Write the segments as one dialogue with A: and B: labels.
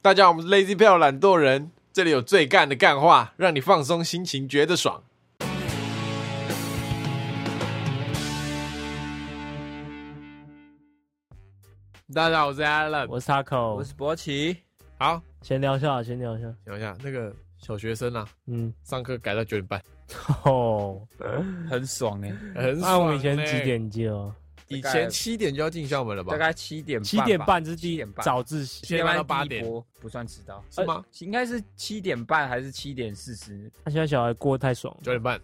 A: 大家好，我们是 Lazy p a l 懒惰人，这里有最干的干话，让你放松心情，觉得爽。大家好，我是 Alan。
B: 我是 Taco，
C: 我是博奇，
A: 好，
B: 闲聊一下，闲聊一下，
A: 讲一下那个小学生啊，
B: 嗯，
A: 上课改到九点半，
B: 哦，
C: 很爽哎、
A: 很
B: 那
A: 爽、欸
B: 我们以前几？点就？
A: 以前七点就要进校门了吧？
C: 大概七点
B: 七点
C: 吧
B: 半是第
C: 七
B: 一
C: 点半，
B: 早自习，
C: 七点半到八
A: 七点
C: 点不算迟到，
A: 是
C: 呃
A: 吗？
C: 应该是七点半还是七点四十？
B: 他现在小孩过得太爽了。
A: 九、点半，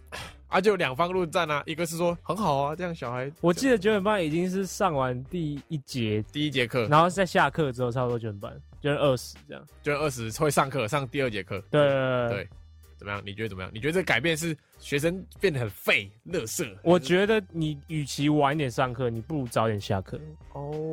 A: 啊，就有两方论战啊，一个是说很好啊，这样小孩
B: 我记得九点半已经是上完第一节，
A: 第一节课
B: 然后在下课之后差不多九点半，就是二十这样。
A: 就二十会上课，上第二节课，
B: 对对
A: 对，怎么样？你觉得怎么样？你觉得这改变是学生变得很废、乐色？
B: 我觉得你与其晚一点上课，你不如早点下课。
A: 哦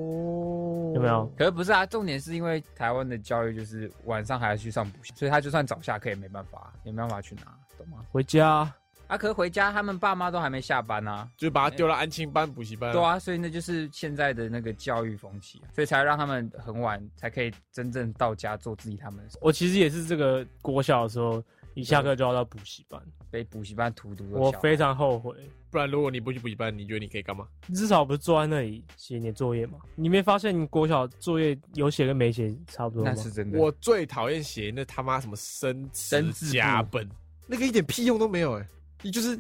B: 有没有？
C: 可是不是啊，重点是因为台湾的教育就是晚上还要去上补习，所以他就算早下课也没办法，也没办法去拿，懂吗？
B: 回家
C: 啊，可是回家他们爸妈都还没下班啊，
A: 就把他丢到安亲班、补习班。
C: 对，啊，所以那就是现在的那个教育风气啊、所以才让他们很晚才可以真正到家做自己他们的事，
B: 我其实也是这个国小的时候，一下课就要到补习班，
C: 被补习班荼毒的
B: 我
C: 小孩
B: 非常后悔。
A: 不然如果你不去补习班，你觉得你可以干嘛？
B: 至少不是坐在那里写你的作业嘛？你没发现你国小作业有写跟没写差不多吗
C: 那？是真
B: 嗯
C: 的。
A: 我最讨厌写那他妈什么生
C: 生
A: 词
C: 字
A: 加本，那个一点屁用都没有哎、你就是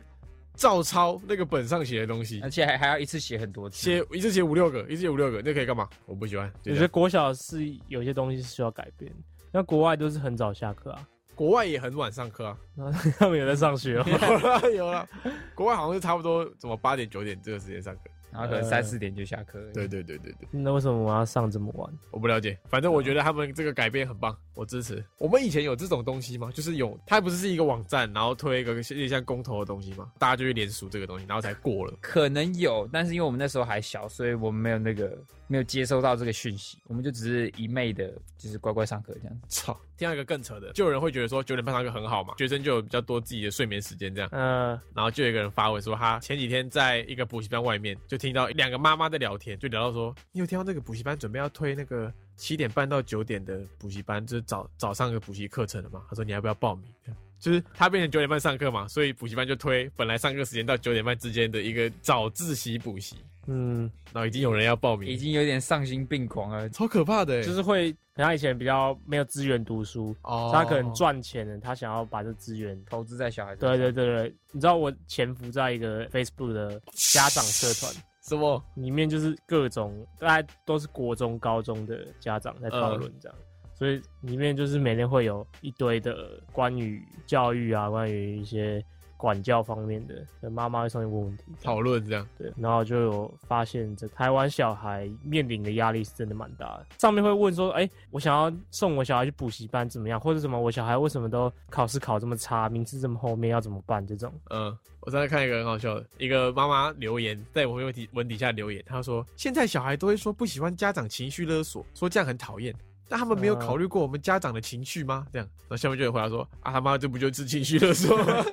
A: 照抄那个本上写的东西
C: 而，且还还要一次写很多次，
A: 写一次写五六个，一次写五六个，那可以干嘛？我不喜欢。就
B: 有
A: 这
B: 些
A: 样
B: 国小是有些东西是需要改变，那国外都是很早下课啊，
A: 国外也很晚上课 啊，
B: 然后他们有在上学哦。
A: 有了有了，国外好像是差不多怎么八点九点这个时间上课。
C: 然后可能
B: 呃
C: 三四点就下课。
A: 对，对对对对。
B: 那为什么我要上这么晚？
A: 我不了解，反正我觉得他们这个改变很棒，我支持。我们以前有这种东西吗？就是有，它不是是一个网站，然后推一个有点像公投的东西吗？大家就去联署这个东西，然后才过了。
C: 可能有，但是因为我们那时候还小，所以我们没有那个没有接收到这个讯息，我们就只是一昧的，就是乖乖上课这样子。
A: 操！听到一个更扯的，就有人会觉得说九点半上课很好嘛，学生就有比较多自己的睡眠时间这样。
B: 呃，
A: 然后就有一个人发文说，他前几天在一个补习班外面就听到两个妈妈在聊天，就聊到说，你有听到那个补习班准备要推那个七点半到九点的补习班，就是早早上的补习课程了吗？他说你要不要报名？这样就是他变成九点半上课嘛，所以补习班就推本来上课时间到九点半之间的一个早自习补习，
B: 嗯，
A: 然后已经有人要报名，
C: 已经有点丧心病狂了，
A: 超可怕的欸、
B: 就是会，可能他以前比较没有资源读书，
A: 哦
B: 他可能赚钱了，他想要把这资源。
C: 投资在小孩身上
B: 对对对对，你知道我潜伏在一个 Facebook 的家长社团，
A: 什么？
B: 里面就是各种，大家都是国中、高中的家长在
A: 嗯
B: 讨论这样，所以里面就是每天会有一堆的关于教育啊，关于一些管教方面的，就妈妈会上去问问题这样。
A: 讨论这样，
B: 对，然后就有发现，这台湾小孩面临的压力是真的蛮大的。上面会问说，哎、我想要送我小孩去补习班怎么样，或者什么，我小孩为什么都考试考这么差，名次这么后面，要怎么办？这种，
A: 嗯，我上次看一个很好笑的，一个妈妈留言在我们问题文底下留言，她说现在小孩都会说不喜欢家长情绪勒索，说这样很讨厌，但他们没有考虑过我们家长的情绪吗？这样，然后下面就有回答说啊他妈这不就是情绪勒索吗？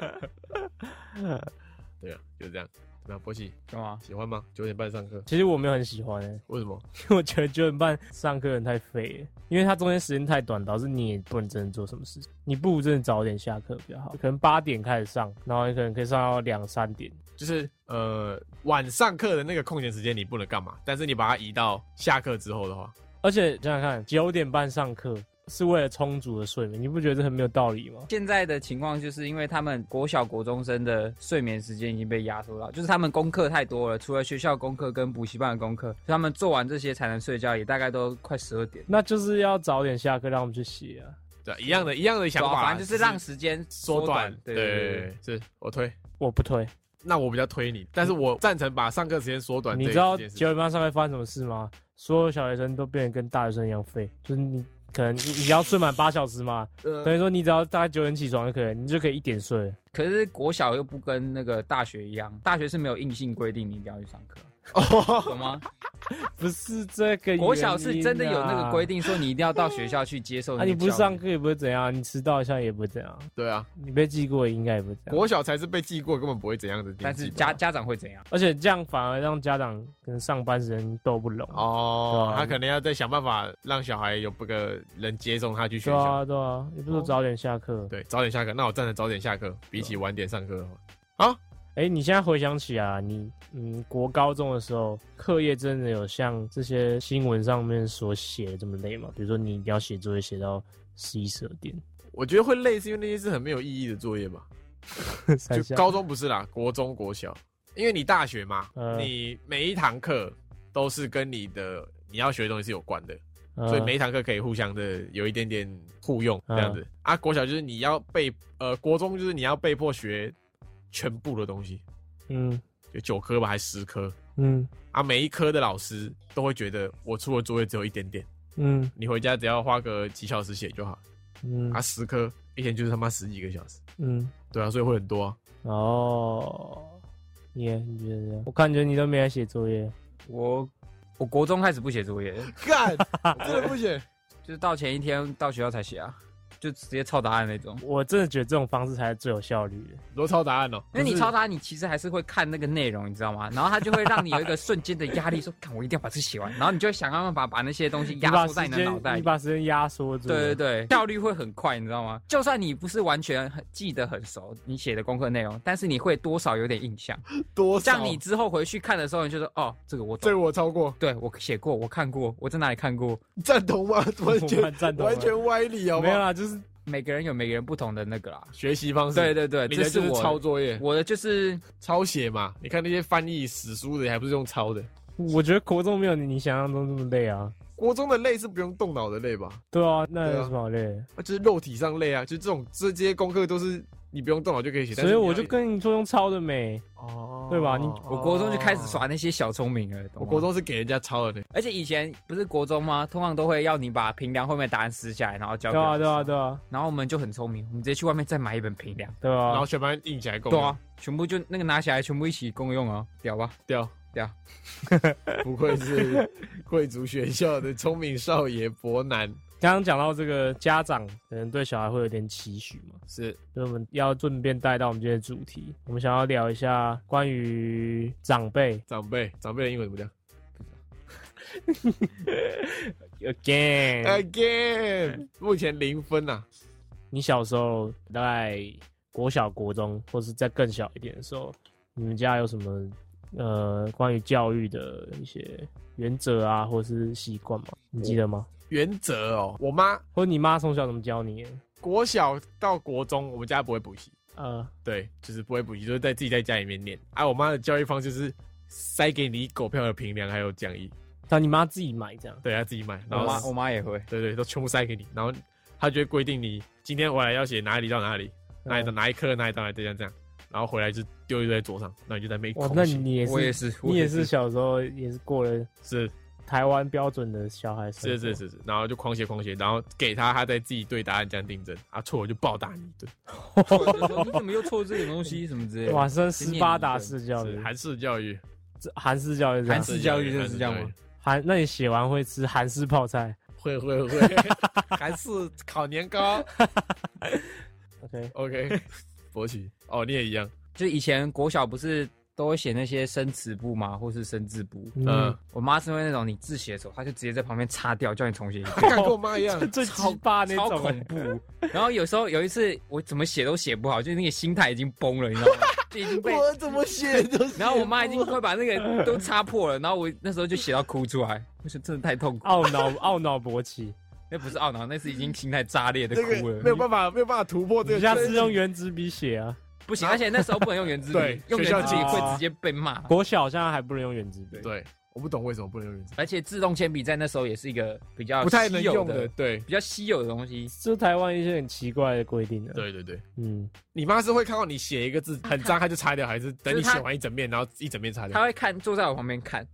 A: 对啊，就是这样。怎么样，波奇
C: 干嘛？
A: 喜欢吗？九点半上课，
B: 其实我没有很喜欢、欸，
A: 为什么？
B: 我觉得九点半上课人太废了，因为他中间时间太短，导致你也不能真的做什么事情。你不如真的早点下课比较好，可能八点开始上，然后你可能可以上到两三点。
A: 就是呃晚上课的那个空闲时间你不能干嘛，但是你把它移到下课之后的话，
B: 而且想想看，九点半上课是为了充足的睡眠，你不觉得这很没有道理吗？
C: 现在的情况就是因为他们国小国中生的睡眠时间已经被压缩到，就是他们功课太多了，除了学校功课跟补习班的功课，所以他们做完这些才能睡觉，也大概都快十二点。
B: 那就是要早点下课，让我们去写啊。
A: 对啊，一样的一样的想
C: 对
A: 法
C: 啊
A: 啦，
C: 反正就是让时间
A: 缩短，
C: 对对对对。
A: 对，是我推。
B: 我不推，
A: 那我比较推你，但是我赞成把上课时间缩短这
B: 你
A: 一
B: 知道
A: 件事。
B: 九点半上课发生什么事吗？所有小学生都变得跟大学生一样废，就是你可能你你要睡满八小时嘛，等
A: 呃，
B: 于说你只要大概九点起床就可以，你就可以一点睡了。
C: 可是国小又不跟那个大学一样，大学是没有硬性规定你一定要去上课，
A: 哦，
C: 懂吗？
B: 不是这哦个原因啊、
C: 国小是真的有那个规定，说你一定要到学校去接
B: 啊！
C: 受那个教育。
B: 你不上课也不会怎样，你迟到一下也不会怎样，
A: 对 啊，
B: 你被记过应该也不会怎样。
A: 国小才是被记过，根本不会怎样的年纪吧。
C: 但是家家长会怎样？
B: 而且这样反而让家长跟上班时间斗不拢。
A: 哦，
B: 对啊
A: 他可能要再想办法让小孩有不个人接送他去学
B: 对
A: 校。
B: 啊，对啊，你不如早点下
C: 哦
B: 课。
A: 对，早点下课，那我赞成早点下课，比起晚点上课的话。好，
B: 哎、你现在回想起啊，你嗯，国高中的时候，课业真的有像这些新闻上面所写的这么累吗？比如说你一定要写作业写到十一十二 点，
A: 我觉得会累是因为那些是很没有意义的作业吧。
B: 三
A: 就
B: 下
A: 高中不是啦，国中、国小，因为你大学嘛，
B: 嗯
A: 你每一堂课都是跟你的你要学的东西是有关的，
B: 呃
A: 所以
C: 嗯
A: 每一堂课可以互相的有一点点互用这样子。啊，国小就是你要被呃，国中就是你要被迫学全部的东西，
B: 嗯
A: 有九科吧，还是十科
B: 嗯
A: 啊？每一科的老师都会觉得我出的作业只有一点点，
B: 嗯
A: 你回家只要花个几小时写就好。
B: 嗯
A: 啊，十科一天就是他妈十几个小时，
B: 嗯，
A: 对啊，所以会很多啊。
B: 哦，你也你觉得这样？我感觉你都没来写作业，
C: 我我国中开始不写作业，
A: 干，真的不行。
C: 就是到前一天到学校才写啊，就直接抄答案那种。
B: 我真的觉得这种方式才是最有效率的。
A: 罗抄答案哦，
C: 因为你
A: 不是
C: 抄答，案，你其实还是会看那个内容，你知道吗？然后它就会让你有一个瞬间的压力，说：“ 看，我一定要把这写完。”然后你就会想办法把那些东西
B: 你
C: 压
B: 把
C: 缩在
B: 时
C: 你的脑
B: 间，
C: 袋
B: 你
C: 里。
B: 把时间压缩住。
C: 对对对，效率会很快，你知道吗？就算你不是完全很记得很熟你写的功课内容，但是你会多少有点印象。
A: 多
C: 这
A: 少
C: 样你之后回去看的时候，你就说：“哦，这个我懂
A: 这，个我超过，
C: 对我写过，我看过，我在哪里看过。”
A: 赞同吗？ 完
B: 我
A: 全
B: 蛮赞同的
A: 完全歪理好不
B: 没有
C: 啊
A: 好？
B: 啦，就是
C: 每个人有每个人不同的那个啦。
A: 学习方式，
C: 对对对，
A: 你
C: 这
A: 的
C: 是
A: 就是
C: 我
A: 抄作业、
C: 我的就是
A: 抄写嘛。你看那些翻译史书的，还不是用抄的？
B: 我觉得国中没有你想象中这么累啊。
A: 国中的累是不用动脑的累吧？
B: 对啊，那
A: 对啊
B: 有什么好累的？
A: 啊就是肉体上累啊，就这种这这些功课都是你不用动脑就可以写。
C: 啊
A: 但
B: 所
A: 是
B: 以
A: 你要
B: 我就跟你说用抄的美，
A: 哦
B: 对吧你
C: 我国中就开始，耍那些小聪明了，懂吗
A: 我国，中是给人家抄的呢。
C: 而且以前不是国中吗？通常都会要你把平量后面的答案撕下来，然后交给
B: 对啊，对
C: 老
B: 啊，
C: 师
B: 对啊，
C: 然后我们就很聪明，我们直接去外面再买一本平量，
B: 对
A: 然
B: 啊
A: 后，全班硬起来共
C: 对啊，全部就那个拿起来，全部一起共用啊，屌吧？
A: 掉
C: 掉，
A: 不愧 是贵族学校的聪明少爷伯南，
B: 刚刚讲到这个家长可能对小孩会有点期许嘛，
A: 是
B: 所以我们要顺便带到我们今天的主题，我们想要聊一下关于长辈
A: 长辈，长辈的英文怎么讲
C: 哎
B: again。
A: ？Again，目前零分呐、啊。
B: 你小时候大概国小、国中，或是再更小一点的时候，你们家有什么呃关于教育的一些原则啊，或是习惯吗？你记得吗？
A: 原则哦，我妈
B: 或者你妈从小怎么教你的？
A: 国小到国中，我们家不会补习，
B: 呃，
A: 对，就是不会补习，就是在自己在家里面念。啊，我妈的教育方式就是塞给你狗票的平粮还有讲义，
B: 让你妈自己买这样。
A: 对，她自己买，
C: 我
A: 然后
C: 妈我妈也会，
A: 对对，都全部塞给你，然后他就会规定你今天回来要写哪里到哪里，哪
B: 嗯
C: 嗯
A: 里到哪一科哪里到哪里，这样这样，然后回来就丢一堆在桌上，那你就在那边
B: 哇
A: 空，
B: 那
A: 写
B: 你也是，
C: 我也是，
B: 你也
C: 我
B: 是，小时候也是过了
A: 是
B: 台湾标准的小孩生
A: 是
B: 活
A: 是，是是，然后就狂写狂写，然后给他，他再自己对答案这样订正，啊错我就暴打你一顿，
C: 我就说你怎么又错这种东西什么之类的？
B: 哇，算斯巴达式教
A: 是
B: 育，
A: 韩式教育，
B: 这韩式教育是这样，
C: 韩式教育就是这样吗
A: 韩式教育？
B: 韩，那你写完会吃韩式泡菜
A: 会会 会，韩式烤年糕
B: ？OK，
A: ，OK，博奇，哦你也一样，
C: 就以前国小不是都会写那些生词部嘛，或是生字部，
A: 嗯，
C: 我妈是会那种你字写的时候，她就直接在旁边擦掉，叫你重写一遍。
A: 干跟我妈一样，
B: 最鸡巴那
C: 呃超
B: 种
C: 恐
B: 欸，
C: 怖。 然后有时候有一次，我怎么写都写不好，就是那个心态已经崩了，你知道吗？就已经被，
A: 怎么写都，
C: 然后我妈已经快把那个都擦破了，然后我那时候就写到哭出来，我说真的太痛苦，
B: 懊恼懊恼勃起，
C: 那不是懊恼，那是已经心态炸裂的
A: 那
C: 哭欸
A: 个没有
C: 了。
A: 办法没有办法突破这
B: 你
A: 个，
B: 下次用原子笔写啊。
C: 不行，而且那时候不能用原子
A: 对
C: 笔， 用
A: 学校
C: 原子笔
B: 禁止
C: 会直接被骂。
B: 国小现在还不能用原子笔，
A: 对，我不懂为什么不能用原子，
C: 而且自动铅笔在那时候也是一个比较
A: 不太能
C: 啊稀有
A: 用
C: 的
A: 的，、对
C: 比较稀有的东西。
B: 这台湾一些很奇怪的规定啊。，
A: 对对对。
B: 嗯，
A: 你妈是会看到你写一个字很脏，她就擦掉，还是等你
C: 啊就是她
A: 写完一整面，然后一整面擦
C: 她
A: 掉？
C: 会看，坐在我旁边看，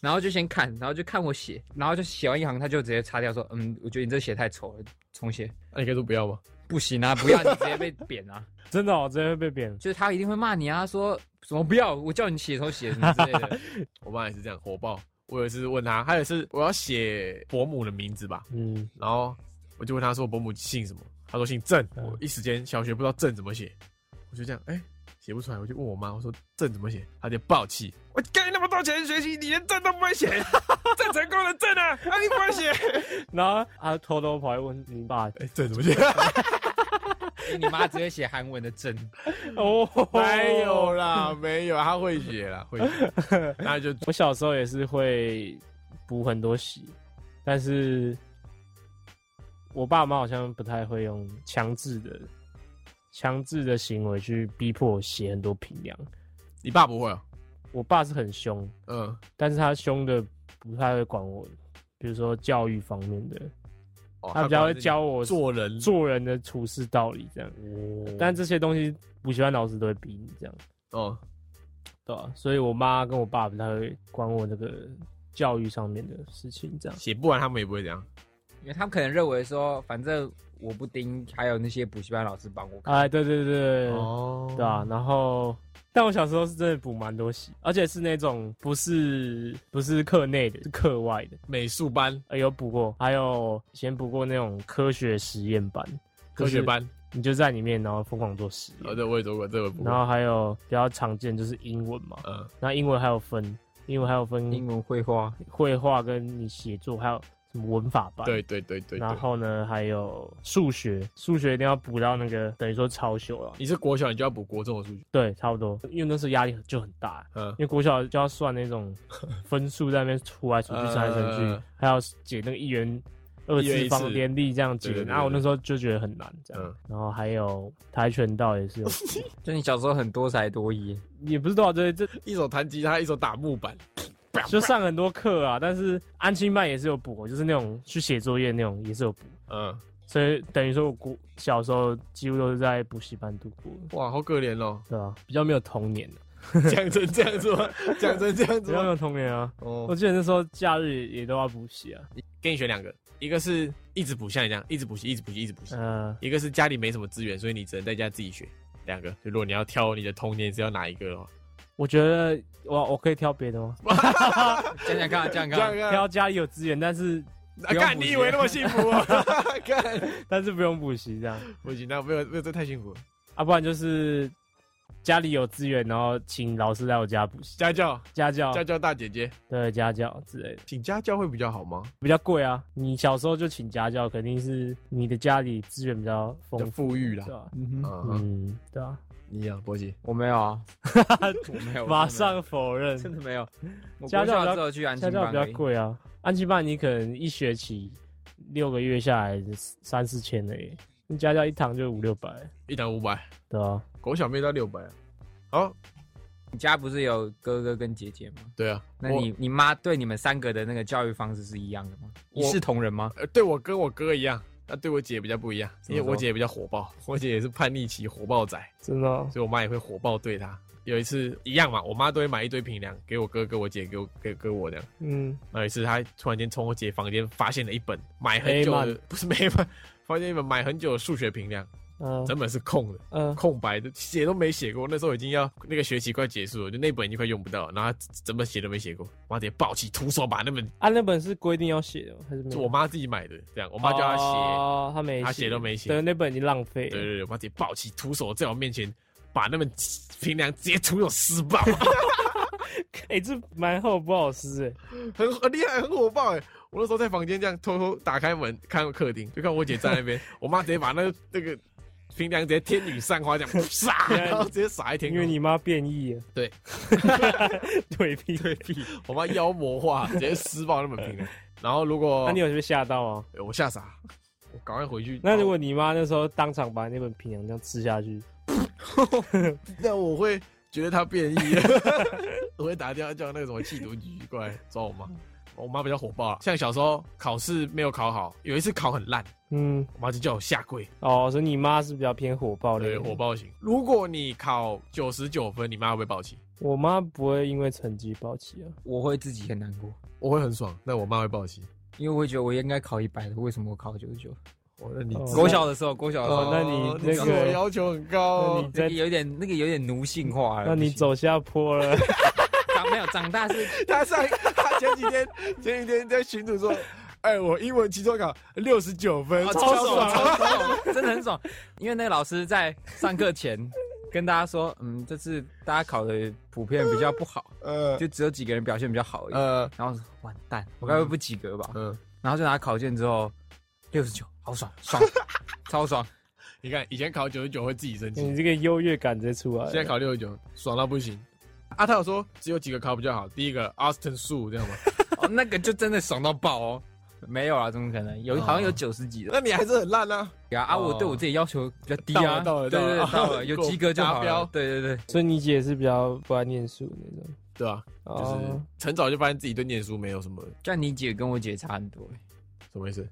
C: 然后就先看，然后就看我写，然后就写完一行，她就直接擦掉说：“嗯，我觉得你这写太丑了，重写。”
A: 那你可以说不要吗？
C: 不行啊，不要你直接被扁啊！
B: 真的哦，真的会被贬。
C: 就是他一定会骂你啊，说什么不要，我叫你写的时候写什么之类 的。
A: 我妈也是这样火爆。我有一次问她，她也是我要写伯母的名字吧，
B: 嗯，
A: 然后我就问她说我伯母姓什么，她说姓郑。
B: 嗯
A: 我一时间小学不知道郑怎么写，我就这样哎。写不出来，我就问我妈，我说郑怎么写？她就暴气，我给你那么多钱学习，你连郑都不会写，郑成功的郑啊，啊你不会 写？
B: 然后他偷偷跑来问你爸，
A: 哎，郑怎么写？
C: 因为你妈只会写韩文的正，
B: 哦，
A: 没有啦，没有，她会写啦，会写，那就
B: 我小时候也是会补很多习，但是我爸妈好像不太会用强制的、强制的行为去逼迫我写很多评量。
A: 你爸不会哦，
B: 我爸是很凶，
A: 嗯，
B: 但是他凶的不太会管我，比如说教育方面的，
A: 哦
B: 他比较会教我
A: 做人，
B: 做人的处事道理这样。
A: 嗯
B: 但这些东西补习班老师都会逼你这样，
A: 哦，
B: 对吧、所以我妈跟我爸不太会管我那个教育上面的事情这样。
A: 写不完他们也不会这样。
C: 因为他们可能认为说，反正我不盯，还有那些补习班老师帮我看。
B: 哎，对对对，
A: 哦
B: 对啊，，然后，但我小时候是真的补蛮多习，而且是那种不是不是课内的，是课外的，
A: 美术班、
B: 呃，有补过，还有以前补过那种科学实验班，
A: 科学，班，
B: 你就在里面然后疯狂做实
A: 哦，
B: 验，
A: 对，我也做过，这个不
B: 然后还有比较常见就是英文嘛，
A: 嗯，
B: 那英文还有分，英文还有分
C: 英文绘画，
B: 绘画跟你写作，还有什么文法班，
A: 对对对对
B: 然
A: 对。
B: 后呢还有数学，数学一定要补到那个等于说超修了，
A: 你是国小，你就要补国中的数学，
B: 对，差不多，因为那时候压力就很大，
A: 嗯
B: 因，为国小就要算 那种分数在那边除来除去、
A: 呃
B: 算来算去，还要解那个一元二
A: 一元
B: 次
A: 一
B: 方
A: 次
B: 联立这样
A: 对
B: 解。
A: 对对
B: 然后我那时候就觉得很难这
A: 嗯
B: 样。然后还有跆拳道 也是有，
C: 就你小时候很多才多艺，
B: 也不是多少这这
A: 一手弹吉他，一手打木板，
B: 就上很多课啊。但是安亲班也是有补，哦就是那种去写作业那种也是有补。
A: 嗯，
B: 所以等于说我国小时候几乎都是在补习班度过的，
A: 哇，好可怜 哦，
B: 对啊吧、比较没有童年、啊
A: 讲成这样子吗？讲成这样
B: 比
A: 子
B: 较没
A: 吗？
B: 有童年啊。我
A: 哦，
B: 记得那时候假日也都要补习啊。
A: 给你选两个，一个是一直补，像你这样一直补习，一直补习，一直补习；
B: 嗯、
A: 一个是家里没什么资源，所以你只能在家自己学。两个，就如果你要挑你的童年是要哪一个的话，
B: 我觉得我我可以挑别的吗？
C: 讲讲 看，讲讲看，
A: 啊
B: 挑家里有资源，但是
A: 啊干，你以为那么幸福哦？ 干，
B: 但是不用补习这样
A: 不行，那没有没有，这太辛苦了。
B: 啊，不然就是家里有资源，然后请老师来我家补习，
A: 家教，
B: 家教
A: 家教大姐姐，
B: 对家教之类的
A: 请家教会比较好吗？
B: 比较贵啊。你小时候就请家教，肯定是你的家里资源比较丰
A: 比较
B: 富，
A: 富裕啦
B: 是。吧？
C: 嗯哼，
A: 嗯哼，
B: 嗯，对啊，
A: 你啊，波奇，
C: 我没有啊，我没有，啊
B: 马上否认
C: 真的没有。我
B: 家
C: 国
B: 教比较
C: 小之后去安
B: 家
C: 亲
B: 教比
C: 班
B: 较
C: 而已，
B: 贵啊，安琪班你可能一学期六个月下来三四千而已，你家教一堂就五六百，
A: 一堂五百，
B: 对啊，
A: 狗小妹到六百啊。哦，
C: 你家不是有哥哥跟姐姐吗？
A: 对啊，
C: 那
A: 我
C: 你你妈对你们三个的那个教育方式是一样的吗？
A: 我
C: 一视同仁吗？
A: 呃对我跟我哥一样，那对我姐比较不一样，
C: 怎
A: 因
C: 么
A: 为我
C: 说
A: 姐比较火爆，我姐也是叛逆期火爆仔，
B: 真的哦、
A: 所以我妈也会火爆对她。有一次一样嘛，我妈都会买一堆平粮给我哥、给我姐、给我给给我这样。
B: 嗯，
A: 那有一次，她突然间从我姐房间发现了一本买很久
B: 黑
A: 的，不是没本， 发现一本买很久的数学平粮，
B: 嗯、
A: 整本是空的。
B: 嗯、
A: 空白的，写都没写过。那时候已经要那个学期快结束了，就那本已经快用不到了，然后他整本写都没写过。我妈直接暴气，徒手把那本
B: 啊，那本是规定要写的吗还是没有？
A: 就我妈自己买的，这样我妈叫她写。
B: 哦、他没，
A: 她写都没写
B: 对，那本已经浪费
A: 对
B: 了。
A: 对对，我妈直接暴气，徒手在我面前把那本平梁直接徒手撕 爆，
B: 哎、这蛮厚不好撕哎、
A: 很很厉害，很火爆哎、我那时候在房间这样偷偷打开门，看到客厅，就看我姐站在那 边，我妈直接把那个那个平梁直接天女散花这 样撒，然后直接撒一天
B: 因为你妈变异了。
A: 哦对，
B: 对屁对屁。
A: 我妈妖魔化，直接撕爆那本平 梁。然后如果
B: 那你有被吓到啊？
A: 欸我吓傻，我赶快回去。
B: 那如果你妈那时候当场把那本平阳这样吃下去，
A: 那我会觉得他变异， 我会打电话叫那个什么缉毒局过来抓我
B: 嗯
A: 妈。我妈比较火爆啊，像小时候考试没有考好，有一次考很烂，
B: 嗯，
A: 我妈就叫我下跪，
B: 哦，所以你妈是比较偏火爆
A: 对，
B: 的。
A: 火。爆型。如果你考九十九分，你妈会不会暴气？
B: 我妈不会因为成绩暴起啊。
C: 我会自己很难过，
A: 我会很爽，那我妈会暴气。
C: 因为我会觉得我应该考一百的，为什么我考九十九？
A: 哦，那你
B: 哦
C: 国小的时候，国小的时候
B: 哦那你
A: 哦
B: 那
A: 自
B: 个
A: 我要求很高哦
B: 那你，
C: 那
B: 在
C: 个有点那个有点奴性化了。
B: 那你
C: 哎不行
B: 走下坡 了，
C: 长没有长大是
A: 他上 他前几天前几天在群主说，哎，我英文期中考六十九分，
C: 哦
A: 超爽。
C: 爽，超爽，真的很爽。因为那个老师在上课前跟大家说，嗯，这次大家考的普遍比较不好，
A: 呃
C: 就只有几个人表现比较好而已。
A: 呃
C: 然后我说完蛋，我该不会不及格吧？
A: 嗯，
C: 然后就拿考卷之后，六十九，好爽，爽，超爽。
A: 你看以前考九十九会自己生气，
B: 你这个优越感直接出来了。
A: 现在考六十九，爽到不行。啊，他有说只有几个考比较好，第一个 Austin Su 这样吗？
C: 哦，那个就真的爽到爆哦。没有啊，怎么可能？有
A: 哦
C: 好像有九十几的
A: 那你还是很烂啊。
C: 啊！啊，
A: 哦
C: 我对我自己要求比较低
A: 到
C: 啊，
A: 了到了
C: 对对
A: 到
C: 对，
A: 了
C: 到了有及格就好
A: 达标
C: 了。对对对，
B: 所以你姐是比较不爱念书那种。
A: 对吧、就是
B: 哦，
A: 很早就发现自己对念书没有什么
C: 像你姐跟我姐差很多欸，
A: 什么意思，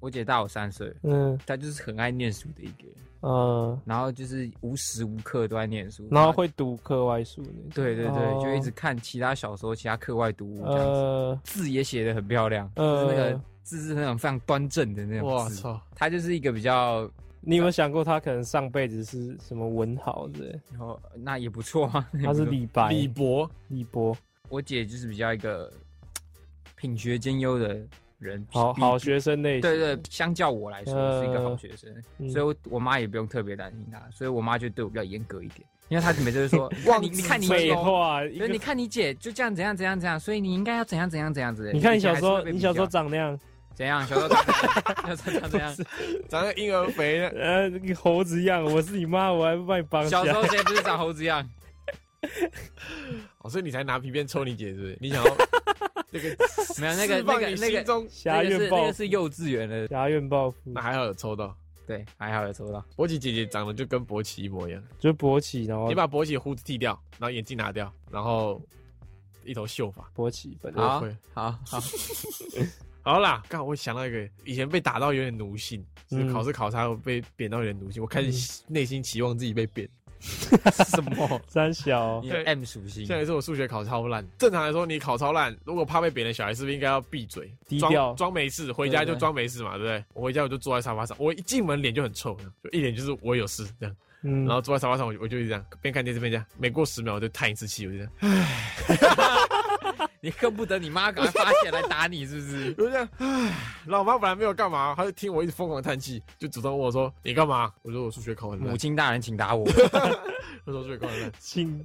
C: 我姐大我三岁，
B: 嗯
C: 她就是很爱念书的一个人，
B: 嗯，
C: 然后就是无时无刻都在念书，
B: 然后会读课外书那种。
C: 对对对，
B: 哦
C: 就一直看其他小说、其他课外读物这样子，
B: 呃
C: 字也写的很漂亮，就是那个
B: 呃，
C: 字是那种非常端正的那种
A: 哇
C: 字。
A: 操！
C: 她就是一个比较，
B: 你有没有想过她可能上辈子是什么文豪之 类？
C: 哦，那也不错啊。那也
B: 她
C: 不
B: 是
C: 错
B: 李白、
A: 李博，
B: 李波，
C: 我姐就是比较一个品学兼优的人，
B: 好
C: 比
B: 好。学生类型。
C: 比对对，相较我来说
B: 呃
C: 是一个好学生，
B: 嗯
C: 所以我我妈也不用特别担心她，所以我妈就对我比较严格一点，因为她每 次就说，你看你你看你姐
B: 废
C: 哦，
B: 话，一
C: 所
B: 个
C: 以你看你姐就这样怎样怎样怎样，所以你应该要怎样怎样怎样子。
B: 你看你
C: 以
B: 小
C: 前还
B: 时
C: 是会
B: 候，
C: 被
B: 你
C: 比
B: 小时候
C: 较
B: 长那样，
C: 怎样？小时候长怎样小时候长怎样？
A: 长得婴儿肥呢，
B: 呃，那个猴子一样，我是你妈，我还不把你绑起
C: 小时
B: 来。
C: 候谁不是长猴子样？
A: 哦，所以你才拿皮鞭抽你姐是不是？你想 要那个释
C: 没有那个那
A: 放
C: 个
A: 你
C: 那
A: 心
C: 个
A: 中，
B: 侠
C: 那个是
B: 怨
C: 那
B: 报
C: 个
B: 复，
C: 是幼稚园的，
B: 侠怨报复
A: 那，还好有抽到。
C: 对，还好有抽到。
A: 博奇姐姐长得就跟博奇一模一样，
B: 就勃起，然后
A: 你把博奇的胡子剃掉，然后眼镜拿掉，然后一头秀发。
B: 勃起，反正
C: 好
A: 会
C: 好 好，
A: 好啦，刚我想到一个，以前被打到有点奴性，就是
B: 嗯
A: 考试考差我被贬到有点奴性，我开始内心期望自己被贬。
C: 什么？
B: 三小
C: 你有 M 属性
A: 像有一次我数学考超烂，正常来说你考超烂，如果怕被贬的小孩是不是应该要闭嘴，
B: 低
A: 装
B: 调
A: 装没事，回家
C: 对对
A: 就
C: 对
A: 装没事嘛，对不对？我回家我就坐在沙发上，我一进门脸就很臭，就一脸就是我有事这样，
B: 嗯，
A: 然后坐在沙发上我就我就一直这样边看电视边这样，每过十秒我就叹一次气，我就这样，
C: 你恨不得你妈赶快发现来打你，是不是？
A: 我就这样，唉，老妈本来没有干嘛，她就听我一直疯狂叹气，就主动问我说你干嘛？我说我数学考很烂
C: 母，亲大人，请打我。
A: 我说数学考很烂，
B: 请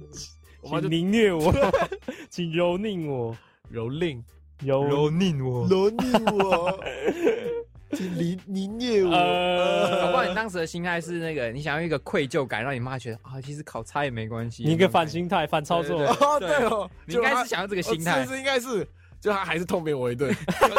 A: 我妈就
B: 请凌虐我， 请蹂躏我，
A: 蹂躏
B: 蹂
C: 躏我。
A: 蹂躏 我，请凌凌虐
B: 呃
C: 搞不好你当时的心态是那个，你想要一个愧疚感，让你妈觉得啊，其实考差也没关系。
B: 你一个反心态、反操作
C: 对，
A: 哦，对哦，
C: 你应该
A: 就她
C: 是想要这个
A: 哦
C: 心态
A: 是，是应该是，就他还是痛扁我一 顿，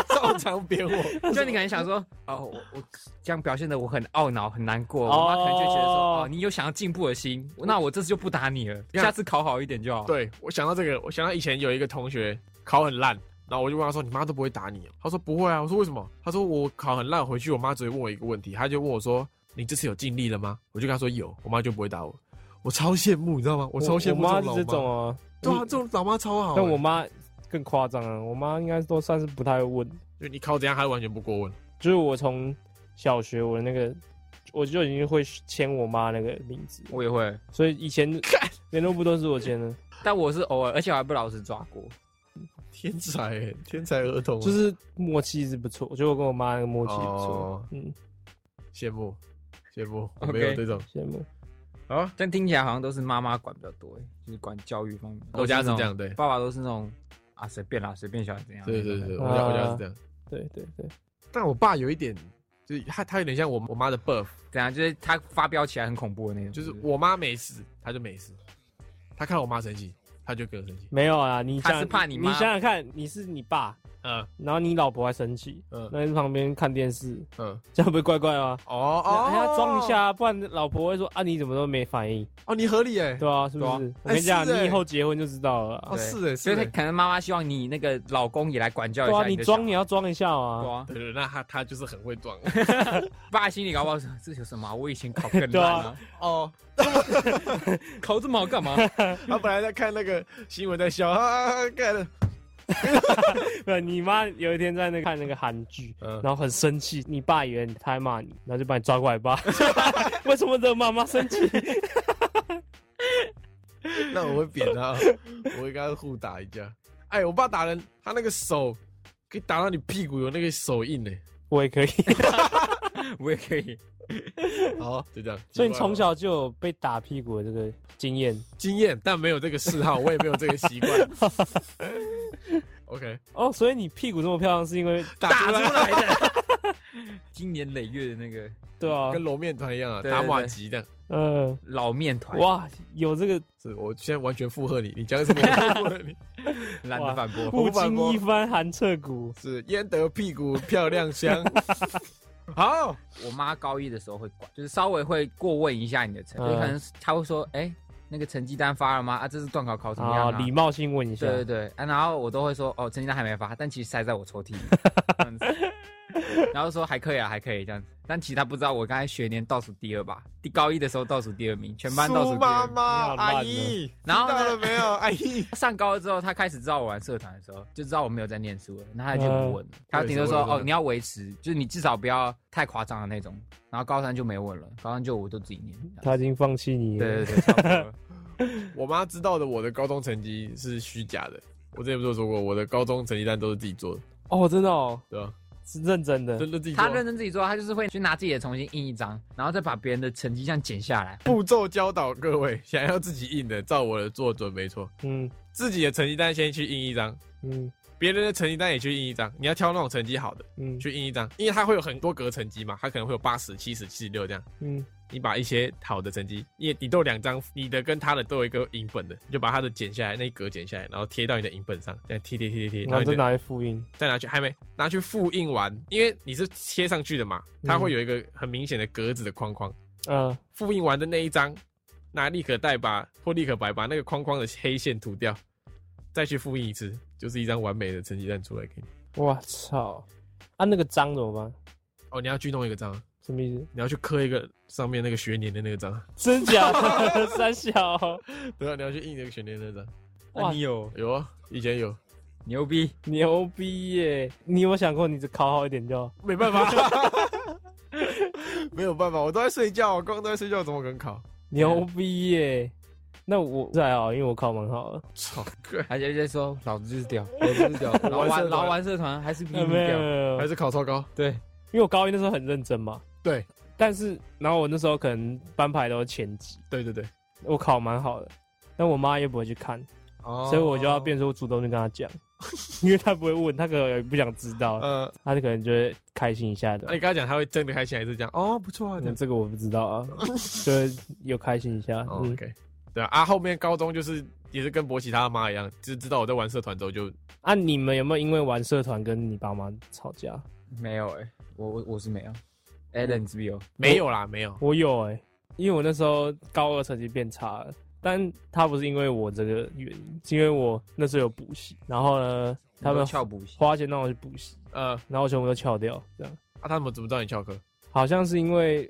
A: 照常扁我。
C: 就你可能想说， 哦，我我这样表现的我很懊恼，很难过，
B: 哦
C: 我妈可能就觉得说，哦，你有想要进步的心，那我这次就不打你了，
A: 看
C: 下次考好一点就好。，
A: 对我想到这个，我想到以前有一个同学考很烂，然后我就问他说：“你妈都不会打你哦？”他说：“不会啊。”我说：“为什么？”他说：“我考很烂，回去我妈只会问我一个问题，他就问我说：‘你这次有尽力了吗？’我就跟他说：‘有。’我妈就不会打我。我超羡慕，你知道吗？我超羡慕
B: 我妈
A: 这
B: 是
A: 种老
B: 这种
A: 妈。
B: 啊，
A: 对啊，
B: 你
A: 这种老妈超好欸。
B: 但
C: 哦
B: 我妈更夸张啊，我妈应该都算是不太会问，
A: 就你考怎样，她完全不过问。
B: 就是我从小学我的那个。我就已经会签我妈那个名字，
C: 我也会，
B: 所以以前联络簿都是我签的，
C: 但我是偶尔，而且我还被老师抓过。
A: 天才欸，天才儿童啊，
B: 就是默契是不错。我觉得我跟我妈那个默契不错
A: 哦，
B: 嗯，
A: 羡慕，羡慕，我
C: OK
A: 没有这种。
B: 羡慕。
A: 好，
C: 但听起来好像都是妈妈管比较多，欸就是管教育方面。
A: 我家是
C: 都那
A: 这
C: 种
A: 样，对，
C: 爸爸都是那种啊，随便啦，随便小孩怎样。
A: 对对对对，
C: 对，
A: 我家我家
B: 啊
A: 是这样。
B: 对对对，
A: 但我爸有一点，就是他他有点像我我妈的 buff，
C: 怎样？就是他发飙起来很恐怖的那种。
A: 就是我妈没事，他就没事。他看到我妈生气，他就跟着生气。
B: 没有啊，你
C: 他
B: 想
C: 是怕你
B: 你
C: 妈
B: 想想看，你是你爸，
A: 嗯
B: 然后你老婆还生气，
A: 嗯
B: 那你在旁边看电视，
A: 嗯，
B: 这样不会怪怪吗？
A: 哦哦，
B: 人家装一下啊，不然老婆会说啊，你怎么都没反应，
A: 哦，你合理哎。
B: 对啊，是不是？我跟你
A: 哎
B: 讲，
A: 是欸
B: 你以后结婚就知道了啊。
A: 哦
C: 对
A: 是哎
C: 所
A: 是
C: 以他
A: 哎。
C: 可能妈妈希望你那个老公也来管教一
B: 对啊，
C: 下
B: 你
C: 的小
B: 装
C: 孩
B: 你要装一下
C: 对
B: 啊。
C: 啊，
A: 对对，那他他就是很会装
C: 爸心里搞不好说这有什么啊？我以前考更
B: 对
C: 烂
B: 啊
C: 啊，
A: 哦。
C: 考这么好干嘛？
A: 啊他本来在看那个新闻在笑啊，看了
B: 对，你妈有一天在那个看那个韩剧，
A: 嗯
B: 然后很生气，你爸以为你他在骂你，然后就把你抓过来吧。为什么惹妈妈生气？
A: 那我会扁他，我会跟他互打一架。哎，我爸打人，他那个手可以打到你屁股有那个手印呢。
B: 我也可以。
C: 我也可以。
A: 好，就这样。
B: 所以你从小就有被打屁股的这个经验。
A: 经验，但没有这个嗜好，我也没有这个习惯。OK，
B: 哦，所以你屁股这么漂亮，是因为
A: 打出来
C: 的，经年累月的那个
B: 对啊，
A: 跟揉面团一样啊，
C: 对对
A: 打马吉的。
B: 呃，
C: 老面团，
B: 哇，有这个
A: 是我现在完全附和你，你讲什么我附和你？
C: 懒得反驳。
B: 不经一番寒彻骨。
A: 是焉得屁股漂亮香。好，
C: 我妈高一的时候会管，就是稍微会过问一下你的成
B: 嗯
C: 绩，就可能她会说，哎，那个成绩单发了吗？啊，这次段考考怎么样
B: 啊，
C: 啊？
B: 礼貌性问一下
C: 对，对对，啊，然后我都会说，哦，成绩单还没发，但其实塞在我抽屉里，这样子然后说还可以啊，还可以这样子，但其实他不知道我刚才学年倒数第二吧，第高一的时候倒数第二名，全班倒数
A: 苏
C: 第
A: 妈
C: 二名。
A: 妈
B: 你好烂哦
A: 阿姨，
C: 然后
A: 知
C: 呢
A: 道了没有，阿姨？
C: 上高之后，他开始知道我玩社团的时候，就知道我没有在念书了，那他就不问了。他顶多说
A: 我也是我也
C: 哦，
A: 是
C: 你要维持，就是你至少不要太夸张的那种。然后高三就没问了，高三就我都自己念。
B: 他已经放弃你了。
C: 对对对，差不多了
A: 我妈知道的，我的高中成绩是虚假的。我之前不是有说过，我的高中成绩单都是自己做的，
B: 哦，真的哦，
A: 对吧？
B: 是认真的。
A: 真的自己做
C: 他
A: 啊。
C: 认真自己做，他就是会去拿自己的重新印一张，然后再把别人的成绩这样剪下来。
A: 步骤教导各位，想要自己印的，照我的做准没错。
B: 嗯
A: 自己的成绩单先去印一张，
B: 嗯
A: 别人的成绩单也去印一张。你要挑那种成绩好的
B: 嗯
A: 去印一张，因为它会有很多格成绩嘛，它可能会有八十、七十、七十六这样。
B: 嗯，
A: 你把一些好的成绩，你你都有两张，你的跟他的都有一个影本的，你就把他的剪下来，那一格剪下来，然后贴到你的影本上，这样贴贴贴贴贴，
B: 然后
A: 你的
B: 再拿来复印。
A: 再拿去还没拿去复印完，因为你是贴上去的嘛，它会有一个很明显的格子的框框。
B: 嗯，
A: 复印完的那一张，拿立可带把或立可白把那个框框的黑线涂掉，再去复印一次，就是一张完美的成绩单出来给你。
B: 我操！啊，那个章怎么办？
A: 哦，你要去弄一个章，
B: 什么意思？
A: 你要去刻一个上面那个学年的那个章，
B: 真假的？三小？
A: 对啊，你要去印那个学年的那张。
B: 哇
C: 啊你有
A: 有啊，以前有，
C: 牛逼，
B: 牛逼耶！你有没有想过你只考好一点就好？
A: 没办 法，没有办法，我都在睡觉，我刚刚都在睡觉，怎么可能考？
B: 牛逼耶！那我这还好，因为我考蛮好的。
A: 操，
C: 而且在说老子就是屌，老子就是屌，老
A: 玩社团
C: 玩老玩社团还是比
B: 没有
C: 你
B: 啊没有，
C: 屌。
A: 还
B: 没有
A: 是考超高？
C: 对，
B: 因为我高一那时候很认真嘛。
A: 对，
B: 但是然后我那时候可能班排都是前几，
A: 对对对，
B: 我考蛮好的，但我妈也不会去看，
A: 哦
B: 所以我就要变，成我主动去跟她讲， 因为她不会问，她可能也不想知道，
A: 呃，
B: 她就可能就会开心一下的
A: 那、。你跟他讲，他会真的开心还是这样？哦，不错啊，这
B: 那
A: 样子。
B: 这个我不知道 啊，就是有开心一下。
A: 哦
B: 嗯
A: OK，对啊，啊，后面高中就是也是跟博奇他妈一样，就知道我在玩社团之后就
B: 啊，你们有没有因为玩社团跟你爸妈吵架？
C: 没有哎、我我我是没有。a l a n 是不是有？
A: 没有啦，没有。
B: 我有哎、因为我那时候高二成绩变差了，但他不是因为我这个原因，是因为我那时候有补习，然后呢，他们
C: 翘补习，
B: 花钱让我去补习，
A: 呃，
B: 然后我全部都翘掉，这样
A: 啊，他们怎么知道你翘课？
B: 好像是因为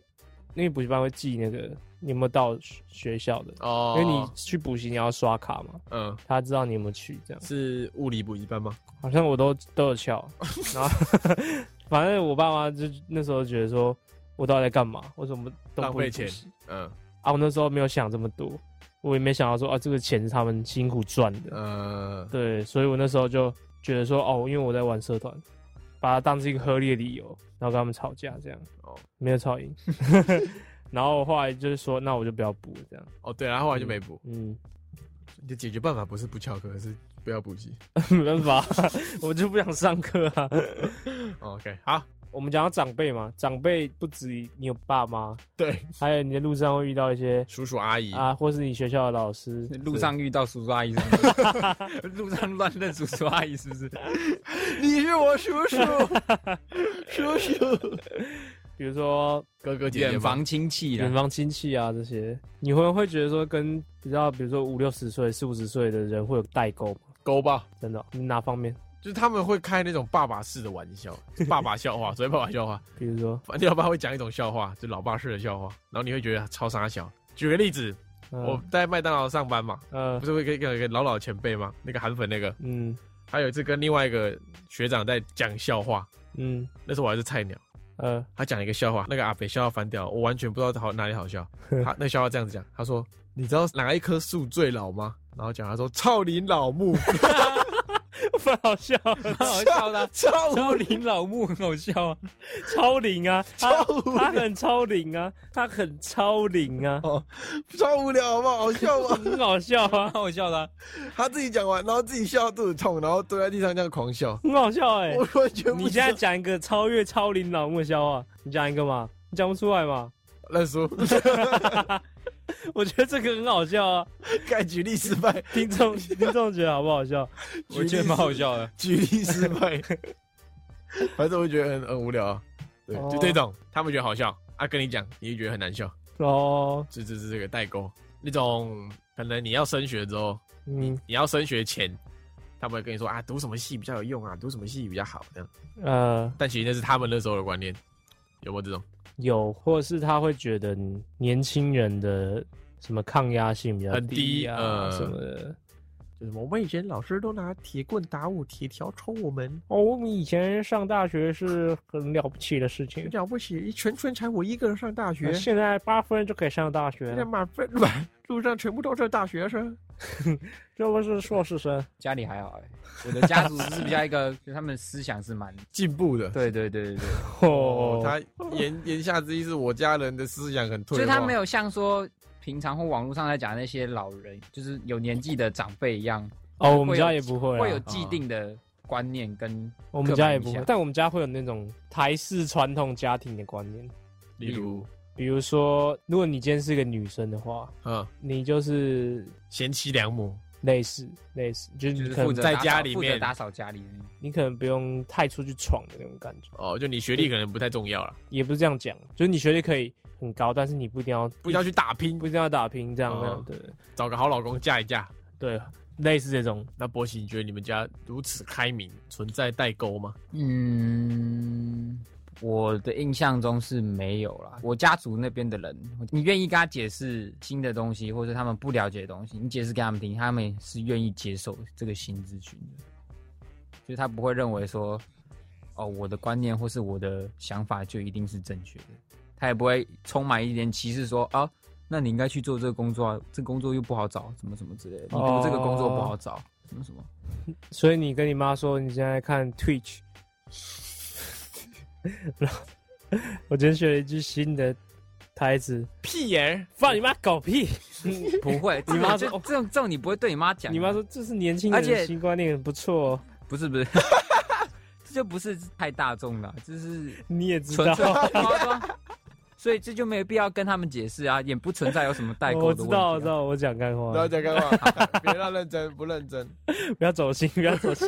B: 因为补习班会记那个你有没有到学学校的，
A: 哦
B: 因，为你去补习你要刷卡嘛，
A: 嗯，
B: 他知道你有没有去，这样
A: 是物理补习班吗？
B: 好像我都都 有翘，然后 反正我爸妈就那时候觉得说我到底在干嘛，为什么都不
A: 浪费
B: 去
A: 钱
B: 补习
A: 嗯
B: 啊，我那时候没有想这么多，我也没想到说啊，这个钱是他们辛苦赚的，
A: 呃，
B: 对，所以我那时候就觉得说哦，因为我在玩社团，把它当成一个合理的理由，然后跟他们吵架这样，
A: 哦
B: 没有 吵赢，然后我后来就是说，那我就不要补了这样，
A: 哦，对啊，后来就没补。
B: 嗯，
A: 你的解决办法不是不翘课，而是不要补习。
B: 没办法，我就不想上课啊。
A: 哦 OK，好，
B: 我们讲到长辈嘛，长辈不止你有爸妈，
A: 对，
B: 还有你在路上会遇到一些
A: 叔叔阿姨，
B: 啊，或是你学校的老师，
C: 路上遇到叔叔阿姨是不是，路上乱认叔叔阿姨是不是？
A: 你是我叔叔，叔叔，
B: 比如说
A: 哥哥姐姐
C: 远
A: 吗
C: 房亲戚
B: 远
C: 啦，
B: 房亲戚啊这些，你会会觉得说跟比较，比如说五六十岁、四五十岁的人会有代沟吗？
A: 勾吧。
B: 真的哦、哪方面？
A: 就是他们会开那种爸爸式的玩笑，爸爸笑话，所谓爸爸笑话，
B: 比如说，
A: 反正老爸会讲一种笑话，就老爸式的笑话，然后你会觉得超傻小。举个例子，
B: 呃、
A: 我在麦当劳上班嘛，
B: 呃
A: 不是会跟一个一个老老前辈吗？那个韩粉那个，
B: 嗯
A: 还有一次跟另外一个学长在讲笑话，
B: 嗯
A: 那时候我还是菜鸟，
B: 呃
A: 他讲了一个笑话，那个阿北笑到翻掉，我完全不知道好哪里好 笑。他那笑话这样子讲，他说：“你知道哪一棵树最老吗？”然后讲他说：“超林老 木。，
B: 蛮好笑，
C: 好笑的
A: 超
C: 超林老木很好笑啊。
B: 超龄啊，
A: 超
B: 他
A: 龄
B: 他很超龄啊，他很超龄啊，
C: 哦
A: 超无聊，好不好？好笑吗？
B: 很好笑啊，
C: 蛮好笑的啊、
A: 他自己讲完，然后自己笑到肚子痛，然后蹲在地上这样狂笑。
B: 很好笑哎、
A: 我完全不
B: 你
A: 知
B: 现
A: 道
B: 在讲一个超越超龄老木的笑话，你讲一个嘛？你讲不出来嘛？
A: 乱说，
B: 我觉得这个很好笑啊，
A: 该举例失败，
B: 听 众听众觉得好不好笑？
A: 举例失
C: 笑的。
A: 举例失败。反正我觉得很很无聊、啊，对，
B: 哦
A: 就这种他们觉得好笑啊，跟你讲你就觉得很难笑，
B: 哦，
A: 这这是这个代沟。那种可能你要升学之后，
B: 嗯
A: 你要升学前，他们会跟你说啊，读什么系比较有用啊，读什么系比较好这样。
B: 呃，
A: 但其实那是他们那时候的观念，有没有这种？
B: 有，或者是他会觉得你年轻人的什么抗压性比较
A: 很低
B: 低啊
A: 呃
B: 什么的。
A: 就什么，我们以前老师都拿铁棍打我，铁条抽我们，
B: 哦，我们以前上大学是很了不起的事情，
A: 了不起，一全村才我一个人上大学
B: 呃现在八分就可以上大学了，
A: 满分满路上全部都是大学生。
B: 这不是硕士生。
C: 家里还好哎、我的家族是比较一个， 就他们思想是蛮……
A: 进步的。
C: 对对对对 对，
A: 哦
B: 哦，，
A: 他言 言下之意是我家人的思想很退化，
C: 所以他没有像说平常或网络上在讲那些老人，就是有年纪的长辈一样，
B: 哦，我们
C: 会有
B: 家也不会啊，
C: 会有既定的观念跟
B: 我们家也不
C: 刻板印
B: 会
C: 象，
B: 但我们家会有那种台式传统家庭的观念，
A: 例如，
B: 比如说，如果你今天是个女生的话，
A: 嗯，
B: 你就是
A: 贤妻良母，
B: 类似类似，就是
C: 就
B: 你
C: 是
B: 可
C: 负
B: 能
C: 责
A: 在
C: 打扫
A: 家里
C: 负责
A: 面
C: 打扫家里的那种。
B: 你可能不用太出去闯的那种感觉，
A: 哦，就你学历可能不太重要了，
B: 也不是这样讲，就是你学历可以很高，但是你不一定要
A: 不一定要去打拼，
B: 不一定要打拼这样
A: 哦
B: 那样对
A: 找个好老公嫁一嫁。
B: 对，类似这种，
A: 那波西，你觉得你们家如此开明，存在代沟吗？
C: 嗯，我的印象中是没有啦。我家族那边的人，你愿意跟他解释新的东西，或者他们不了解的东西，你解释给他们听，他们是愿意接受这个新资讯的。就是他不会认为说，哦，我的观念或是我的想法就一定是正确的，他也不会充满一点歧视说，啊，那你应该去做这个工作啊，这工作又不好找，什么什么之类的，你读这个工作不好找，什么什
B: 哦
C: 么。
B: 所以你跟你妈说你现在看 Twitch，然后我今天学了一句新的台词，
A: 屁眼
B: 放你妈狗屁！
C: 不会，
B: 你
C: 你
B: 妈
C: 妈
B: 说哦
C: 这种这种这种你不会对你妈讲。啊
B: 你妈说这是年轻人
C: 而且
B: 的新观念，很不错、哦，
C: 不是不 是，这就不是太大众了，就是
B: 你也知
C: 纯粹
B: 道。
C: 妈说，所以这就没有必要跟他们解释啊，也不存在有什么代沟
B: 我
C: 的
B: 知
C: 问题、
B: 道，我知
C: 啊。
B: 道，我讲干话
A: 不，要讲干话，别让认真不认真。
B: 不要走心，不要走心。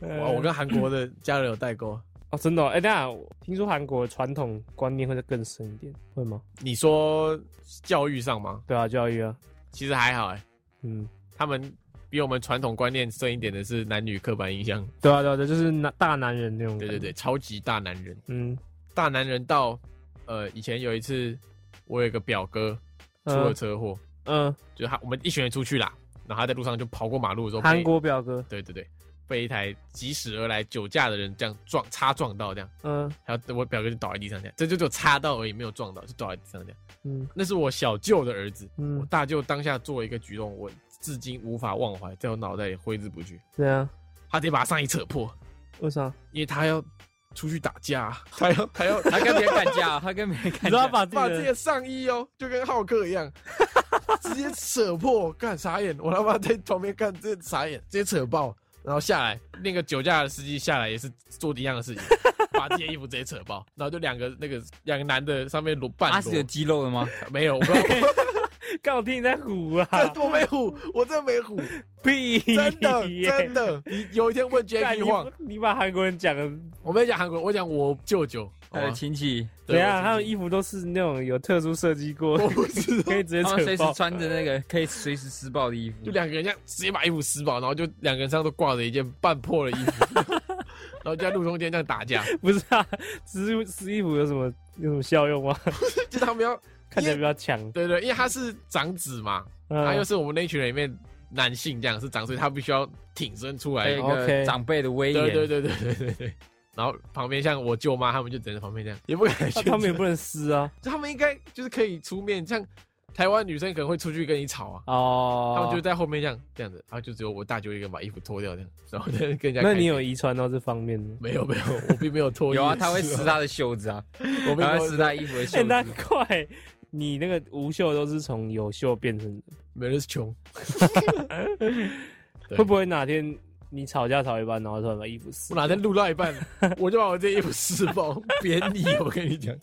B: 呃
A: 哇，我跟韩国的家人有代沟。
B: 哦，真的、哦，哎、等一下我听说韩国的传统观念会再更深一点，会吗？
A: 你说教育上吗？
B: 对啊，教育啊，
A: 其实还好哎、
B: 嗯，
A: 他们比我们传统观念深一点的是男女刻板印象。
B: 对啊，对啊，对，就是男大男人那种。
A: 对对对，，超级大男人。
B: 嗯，
A: 大男人到，呃，以前有一次，我有一个表哥出了
B: 嗯
A: 车祸，
B: 嗯，
A: 就是他我们一群人出去啦，然后他在路上就跑过马路的时候被，
B: 韩国表哥，
A: 对对对，被一台疾驶而来酒驾的人这样撞擦撞到这样，
B: 嗯
A: 然后我表哥就倒在地上这样，这就只有擦到而已，没有撞到，就倒在地上这样。
B: 嗯
A: 那是我小舅的儿子，我
B: 嗯，
A: 大舅当下做了一个举动，我至今无法忘怀，在我脑袋里挥之不去。
B: 对啊，
A: 他直接把他上衣扯破，
B: 为啥？
A: 因为他要出去打架啊，他要他要
C: 他跟别人干架，他跟别人
B: 你
C: 干
B: 知道
C: 架，
B: 把自己
A: 把自己
B: 的
A: 的上衣哦，就跟浩克一样， 直接扯破，干傻眼，我他妈在旁边看，直接傻眼，直接扯爆，然后下来，那个酒驾的司机下来也是做一样的事情，把自己的衣服直接扯爆，然后就两个那个两个男的上面裸
C: 他
B: 啊
A: 半
C: 是有
A: 裸，
C: 肌肉的吗？
A: 没有，我 不知道
B: 告听你在唬啊
A: 我，我没唬，我真的没 唬，
B: 屁！
A: 真的真 的，你有一天问 Jacky
B: 干你
A: 晃，
B: 你把韩国人讲的，
A: 我没讲韩国人，我讲我舅舅，
C: 他的亲戚，
B: 呃怎
A: 对
B: 样？
A: 啊，
B: 他们衣服都是那种有特殊设计过，
A: 我不知道
B: 可。以直接
C: 他们随
B: 扯
C: 时
B: 爆。
C: 穿着那个可以随时施暴的衣服
A: 就，两个人这样直接把衣服撕爆，然后就两个人身上都挂着一件半破的衣服， 然后就在路中间这样打架，
B: 不是啊，撕撕衣服有什么有什么效用吗？
A: 就他们要
B: 看起来比较强。
A: 对对，因为他是长子嘛，他又
B: 嗯，
A: 是我们那一群人里面男性这样是长，所以他必须要挺身出来
C: 对一。
B: OK
C: 个长辈的威
A: 对对
C: 严，
A: 对对对对对。然后旁边像我舅妈他们就等在旁边这样，也不敢去。
B: 那啊他们也不能撕啊。
A: 他们应该就是可以出面，像台湾女生可能会出去跟你吵啊，
B: 哦，
A: 他们就在后面这样这样子，然后就只有我大舅一个人把衣服脱掉这样，然后跟人家开
B: 那
A: 会。
B: 你有遗传到这方面吗？
A: 没有没有，我并没有脱衣服。
C: 有啊，他会撕他的袖子啊，
A: 我并
C: 他
A: 没
C: 会
A: 有
C: 撕他衣服的
B: 哎、
C: 袖
B: 难
C: 子。
B: 怪你那个无袖都是从有袖变成的。
A: 没人是穷。对
B: 会不会哪天你吵架吵一半，然后突然把衣服撕
A: 我？哪天录到一半，我就把我这衣服撕爆， 扁你！我跟你讲，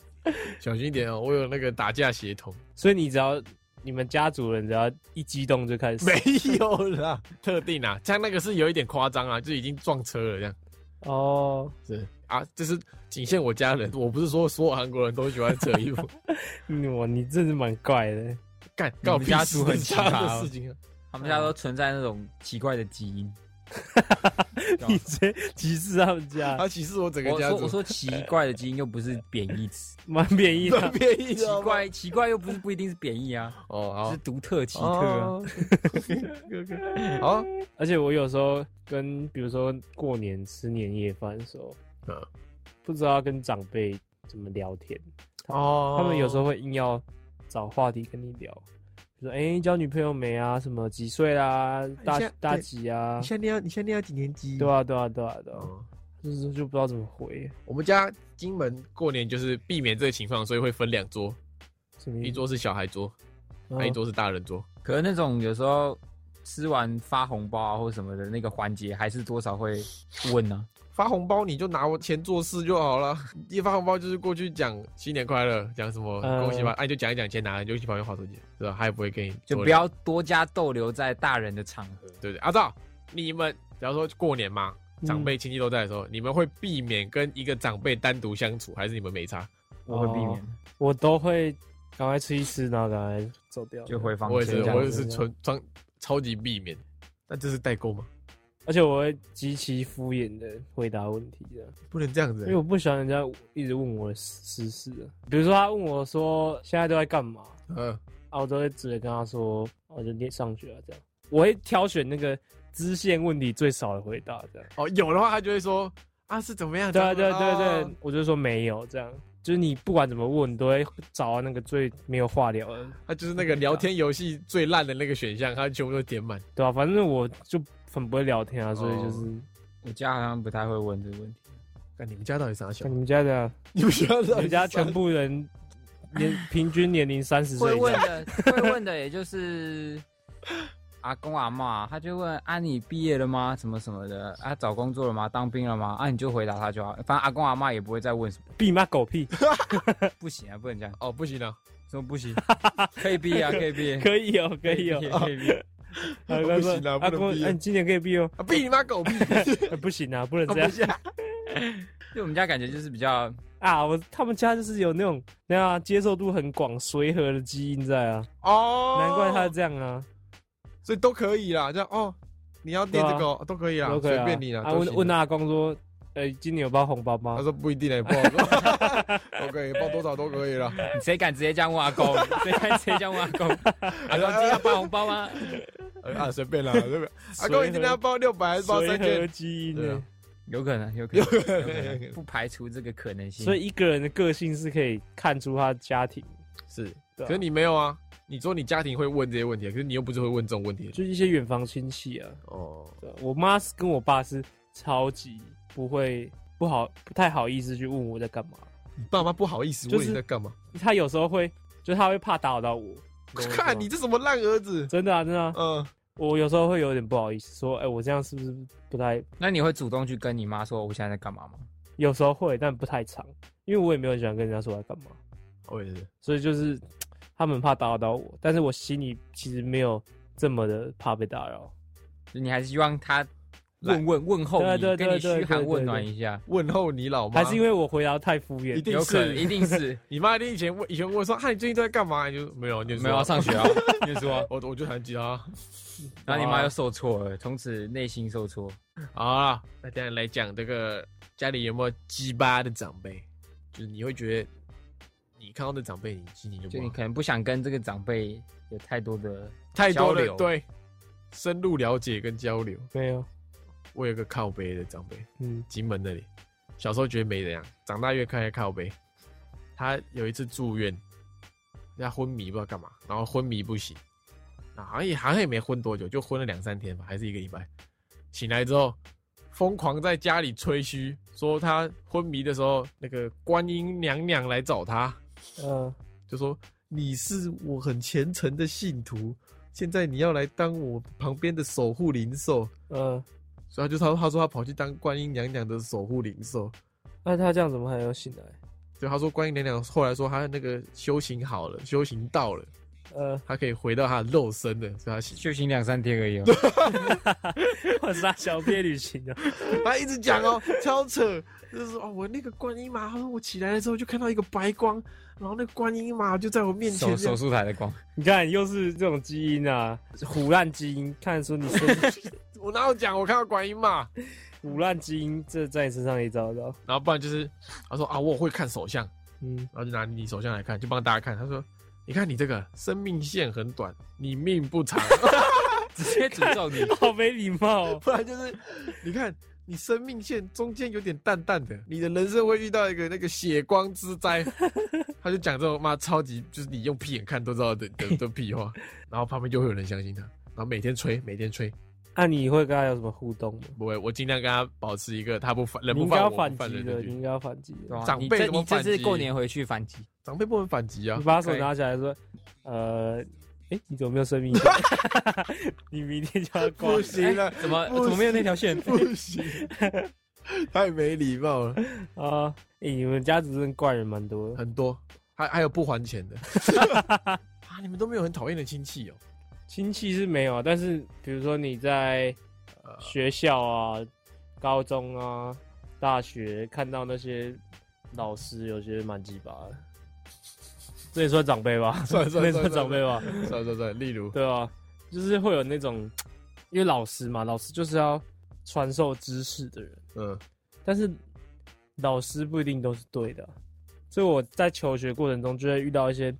A: 小心一点哦，我有那个打架协同。
B: 所以你只要你们家族人只要一激动就开始撕
A: 没有啦，特定啊，像那个是有一点夸张啊，就已经撞车了这样。
B: 哦，
A: 是啊，这是仅限我家人，我不是说所有韩国人都喜欢扯 衣服，
B: 嗯哇，你真是蛮怪的。
A: 干干我
C: 你们家
A: 屁事
C: 族很奇葩
A: 家
C: 哦
A: 的事情啊。
C: 他们家都存在那种奇怪的基因。
B: 你直接歧视他们家，
A: 他歧视我整个
C: 啊我
A: 家
C: 说
A: 族，
C: 我说奇怪的基因又不是贬义词，
B: 蛮便宜
A: 很
B: 的。
A: 便宜
C: 哎奇
A: 的好不好
C: 怪奇怪又不是不一定是贬义 啊，
A: 哦，
C: 只
A: 好
C: 是独特奇特啊。
A: 哦 OK，OK，好，
B: 而且我有时候跟，比如说过年吃年夜饭的时候，
A: 嗯
B: 不知道要跟长辈怎么聊天，
A: 哦
B: 他们有时候会硬要找话题跟你聊，比如说哎、交女朋友没啊？什么几岁啦？
A: 你
B: 大
A: 哎现在
B: 大几啊
A: 你？现在要你现在要几年级？
B: 对啊，对啊，对啊，对啊，
A: 哦，
B: 就是就不知道怎么回。
A: 我们家金门过年就是避免这个情况，所以会分两桌，
B: 什么意
A: 一
B: 思
A: 桌是小孩桌，
B: 嗯
A: 那一桌是大人桌。
C: 可能那种有时候吃完发红包啊或什么的那个环节，还是多少会问啊 呢、
A: 发红包你就拿我钱做事就好了，一发红包就是过去讲新年快乐，讲什么
B: 嗯
A: 恭喜发，哎、你就讲一讲，钱拿了你就去旁边划手机，是吧？他也不会跟你
C: 就
A: 多
C: 不
A: 聊，
C: 要多加逗留在大人的场合。
A: 对不对？阿、赵，你们假如说过年嘛，
C: 嗯
A: 长辈亲戚都在的时候，你们会避免跟一个长辈单独相处，还是你们没差？
C: 我会避免，
B: 我都会赶快吃一吃，然后赶快走掉。
C: 就回房
A: 我也
C: 间
A: 是
C: 这，
A: 我也
C: 样子。
A: 是纯装超级避免。那这是代沟吗？
B: 而且我会极其敷衍的回答问题的，
A: 不能这样子、欸
B: 因为我不喜欢人家一直问我的私事啊。比如说他问我说现在都在干嘛
A: 嗯，
B: 啊，我都会直接跟他说，我就念上学啊这样。我会挑选那个支线问题最少的回答这样。
A: 哦，有的话他就会说啊是怎么样？
B: 对啊
A: 怎么
B: 对
A: 样
B: 啊对啊
A: 哦
B: 对啊，我就说没有这样。就是你不管怎么问，你都会找到那个最没有话聊的
A: 他就是那个聊天游戏最烂的那个选项，他全部都点满。
B: 对啊，反正我就很不会聊天啊，所以就是、
A: 哦
C: 我家好像不太会问这个问题。
A: 看啊你们家到底啥小
B: 看？你们家的，啊
A: 你们家到底
B: 嗯你们家全部人年平均年龄三十岁
C: 会
B: 以
C: 问
B: 上，
C: 的，会问的也就是 阿公阿妈，他就问啊你毕业了吗？什么什么的啊找工作了吗？当兵了吗？啊你就回答他就好，反正阿公阿妈也不会再问什么。
B: 闭妈狗屁，
C: 不行啊，不能这样，
A: 哦不行啊，
C: 什么不 行？可以毕业啊，可以毕 业，
B: 可以哦，可以哦。
C: 可以毕 业。
B: 啊
A: 不行啊不
B: 阿
A: 能
B: 公，
A: 逼哦
B: 啊你今年可以毕 业哦，
A: 啊闭你妈狗屁！
B: 呃不行啊，不能
A: 啊
B: 这样
A: 不行啊
C: 就我们家感觉就是比较
B: 啊。我他们家就是有那种那样啊接受度很广、随和的基因在啊，
A: 哦，
B: 难怪他这样啊。
A: 所以都可以啦，这样哦，你要念这个哦都可以啦，
B: 都可以
A: 随
B: 啊
A: 便你啦。
B: 啊，
A: 都
B: 问
A: 行
B: 问阿公说，呃，今年有包红包
A: 他
B: 吗？
A: 说不一定哎，不好说， 都可以报多少都可以啦。
C: 谁敢直接这样问阿公？ 谁敢直接这样问阿公？阿公今天要包红包吗？
A: 呃啊随 便啦，随便。阿公你今天要包六百还是包
B: 随
A: 三
B: 和
A: 千？
B: 基因欸
A: 对
B: 呢
A: 啊？
C: 有可能，有可能，有可能，
A: 能
C: 不排除这个可能性。
B: 所以一个人的个性是可以看出他家庭。
A: 是，
B: 对
A: 可
B: 啊
A: 是你没有啊。你说你家庭会问这些问题，可是你又不是会问这种问题的
B: 就一些远房亲戚啊。
A: 哦。
B: 对啊我妈是跟我爸是超级不会不好不太好意思去问我在干嘛，
A: 你爸妈不好意思
B: 就
A: 问
B: 是
A: 你在干嘛？
B: 她有时候会就是她会怕打扰到我。懂我意思吗
A: 看你这什么烂儿 子！
B: 真的啊真的啊，
A: 嗯，
B: 我有时候会有点不好意思说，哎、我这样是不是不太？
C: 那你会主动去跟你妈说我现在在干嘛吗？
B: 有时候会，但不太常，因为我也没有很喜欢跟人家说我在干嘛，
A: 我也是。
B: 所以就是嘖他们很怕打扰到我，但是我心里其实没有这么的怕被打扰。
C: 就你还是希望她
A: 来
C: 问问问候
B: 对
C: 你，
B: 对对
C: 跟你
B: 对
C: 嘘
B: 对
C: 寒
B: 对
C: 问
B: 对
C: 暖
B: 对
C: 一下，
A: 问候你老妈，
B: 还是因为我回答太敷衍
A: 一，定
C: 有可能
A: 是
C: 一定是
A: 你妈一定以前问以前问我说，哈，你最近都在干嘛？你就没有，你就
C: 没有要上学 啊，念书啊。
A: 我我就弹吉他。
C: 然后你妈
B: 啊
C: 又受挫了，从此内心受挫。
A: 好啦，那接下来讲这个家里有没有鸡巴的长辈，就是你会觉得你看到的长辈，你心情就
C: 就
A: 不
C: 你
A: 好
C: 可能不想跟这个长辈有太多的
A: 太多
C: 交
A: 了
C: 流
A: 对，深入了解跟交流。
B: 没有，
A: 我有个靠背的长辈，
B: 嗯，
A: 金门那里，小时候觉得没怎样，长大越看越靠背。他有一次住院，人家昏迷不知道干嘛，然后昏迷不醒，啊，好像也好像也没昏多久，就昏了两三天吧，还是一个礼拜。醒来之后，疯狂在家里吹嘘，说他昏迷的时候，那个观音娘娘来找他，
B: 嗯，
A: 就说你是我很虔诚的信徒，现在你要来当我旁边的守护灵兽，
B: 嗯，
A: 所以他就他他说他跑去当观音娘娘的守护灵兽，
B: 那他这样怎么还要醒来？
A: 就他说观音娘娘后来说他那个修行好了，修行到了，
B: 呃，
A: 他可以回到他的肉身了，所以他醒。
C: 修行两三天而已、哦。
B: 我是他小便旅行啊的，
A: 他一直讲哦，超扯，就是说哦，我那个观音嘛，他说我起来的时候就看到一个白光，然后那个观音嘛就在我面前
C: 手
A: 这
C: 手
A: 样，
C: 术台的光，
B: 你看又是这种基因啊，腐烂基因，看出你身
A: 我哪有讲我看到观音嘛？
B: 腐烂基因，这在你身上也找得到。
A: 然后不然就是他说啊，我会看手相，
B: 嗯，
A: 然后就拿你手相来看，就帮大家看。他说：“你看你这个生命线很短，你命不长，。
C: 直接诅咒你。
B: 好没礼貌、哦
A: 不然就是你看你生命线中间有点淡淡的，你的人生会遇到一个那个血光之灾。”他就讲这种妈超级就是你用屁眼看都知道的 的的屁话，然后旁边就会有人相信他，然后每天吹每天吹，
B: 那、啊你会跟他有什么互动吗？
A: 不会，我尽量跟他保持一个他不犯人
B: 你
A: 不
B: 应该
A: 犯
B: 要
A: 我不
B: 反
A: 犯
B: 击
A: 人
B: 的，
A: 的啊
B: 你
A: 距离
B: 应该要反击的。
C: 对吧
A: 长
C: 你
A: 辈
C: 这
A: 怎么
C: 你这
A: 反
C: 次
A: 击
C: 过年回去反击，
A: 长辈不能反击啊
B: 你，把手
C: 可以
B: 拿起来说，呃，哎、你怎么没有生命 线？你明天就要挂
A: 不行 了，
C: 怎么
A: 不行
C: 怎么没有那条线？
A: 不行， 太没礼貌了。
B: 啊！哎、你们家族真怪人蛮多的，
A: 很多，还还有不还钱 的。啊，你们都没有很讨厌的亲戚哦。
B: 亲戚是没有啊，但是比如说你在
A: 呃
B: 学校啊、高中啊、大学看到那些老师，有些蛮鸡巴的，这也算长辈吧？
A: 算了算
B: 这
A: 了
B: 也
A: 算了
B: 算长辈吧？
A: 算了算了算了，例如，
B: 对啊，就是会有那种，因为老师嘛，老师就是要传授知识的人，
A: 嗯，
B: 但是老师不一定都是对的啊、所以我在求学过程中就会遇到一些，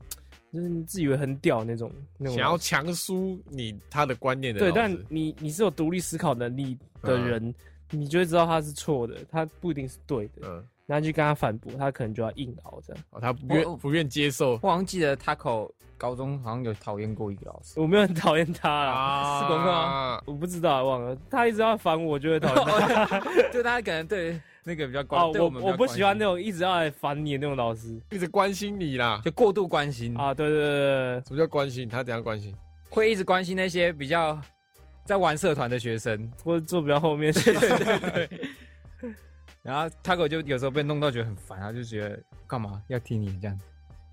B: 就是自以为很屌那种那种
A: 想
B: 老
A: 要
B: 师
A: 强输你他的观念的
B: 对，
A: 老
B: 但
A: 师
B: 你你是有独立思考能力的人，你就会知道他是错的，他不一定是对的，
A: 嗯，
B: 然后去跟他反驳，他可能就要硬熬这样。
A: 哦，他不愿
C: 我
A: 不愿接受
C: 我好像记得 Taco 高中好像有讨厌过一个 老师，
B: 我没有很讨厌他啦，
A: 啊
C: 是广告啊
B: 我不知道忘了，他一直要烦我，我就会讨厌他。
C: 就大家可能对那个比 较关，
B: 哦，
C: 对
B: 我
C: 们
B: 我不喜欢那
C: 种
B: 种一直要来烦你的那种老师
A: 一直关心你啦。
C: 就过度关心，
B: 啊！对对对对
A: 什么叫关心？他怎样关心？
C: 会一直关心那些比较在玩社团的学生，
B: 对，或者坐比较后面去。
C: 然后 Taco 就有时候被弄到觉得很烦，他就觉得干嘛要听你这样子，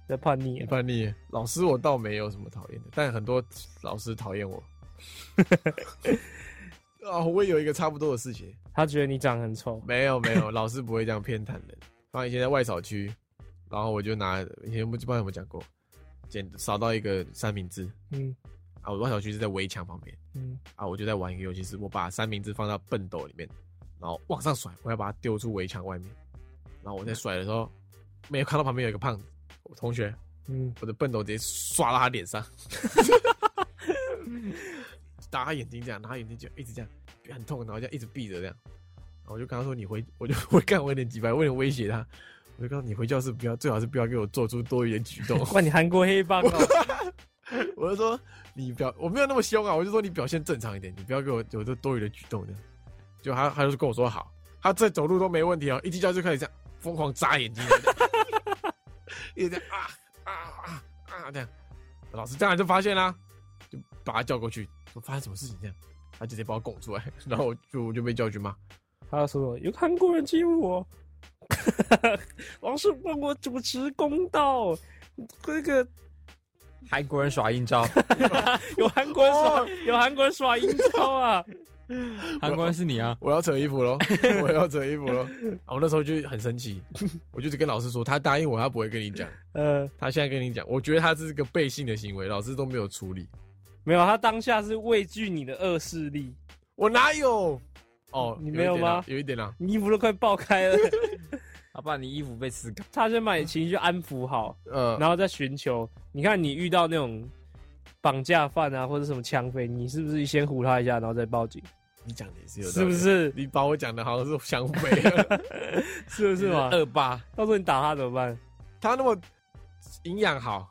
B: 在叛逆
A: 你
B: 啊、
A: 叛逆，老师我倒没有什么讨厌的，但很多老师讨 厌我。啊，我也有一个差不多的事情，
B: 他觉得你长得很丑，
A: 没有没有，老师不会这样偏袒人。然后以前在外扫区，然后我就拿以前不知道有没有讲过，捡扫到一个三明治
B: 嗯
A: 啊，我外扫区是在围墙旁边
B: 嗯，
A: 啊，我就在玩一个游戏，是我把三明治放到笨斗里面，然后往上甩，我要把它丢出围墙外面。然后我在甩的时候，没有看到旁边有一个胖子，我同学，
B: 嗯，
A: 我的笨斗直接刷到他脸上， 打他眼睛这样，打他眼睛就一直这样，很痛，然后这样一直闭着这样。然后我就跟他说：“你回，我就 我干我有点几百，我有点威胁他。我就告诉你回教室不要，最好是不要给我做出多余的举动。
B: 哇，你韩国黑帮哦，
A: 我就说你表我没有那么凶啊，我就说你表现正常一点，你不要给我有这多余的举动这样。就他他就是跟我说好，他这走路都没问题哦，一进教室就开始这样疯狂眨眼睛， 一直这样啊啊啊啊这样，老师当然就发现啦，就把他叫过去，说发生什么事情这样，他直接把我拱出来，然后我就我就被叫去骂，
B: 他要说什么有韩国人欺负我， 王室帮我主持公道，这个
C: 韩国人耍阴招，
B: 有韩国人耍、哦有韩国人耍阴招啊，
C: 韩国人是你啊，
A: 我要扯衣服喽，我要扯衣服喽，啊我那时候就很生气，我就是跟老师说，他答应我他不会跟你讲。
B: 呃，
A: 他现在跟你讲，我觉得他这是个背信的行为，老师都没有处理。
B: 没有，他当下是畏惧你的恶势力，
A: 我哪有？哦，
B: 你
A: 有一
B: 没有
A: 点啊
B: 吗
A: 有一点啦、
B: 你衣服都快爆开 了，
C: 要啊不然你衣服被撕开，
B: 他先把你情绪安抚好，
A: 呃，
B: 然后再寻求。你看，你遇到那种绑架犯啊，或者什么枪匪，你是不是先唬他一下，然后再报警？
A: 你讲的也是有道
B: 是
A: 理，
B: 不 是？
A: 你把我讲的好像是想匪，
B: 是不是嘛？
C: 恶霸，
B: 到时候你打他怎么办？
A: 他那么营养好，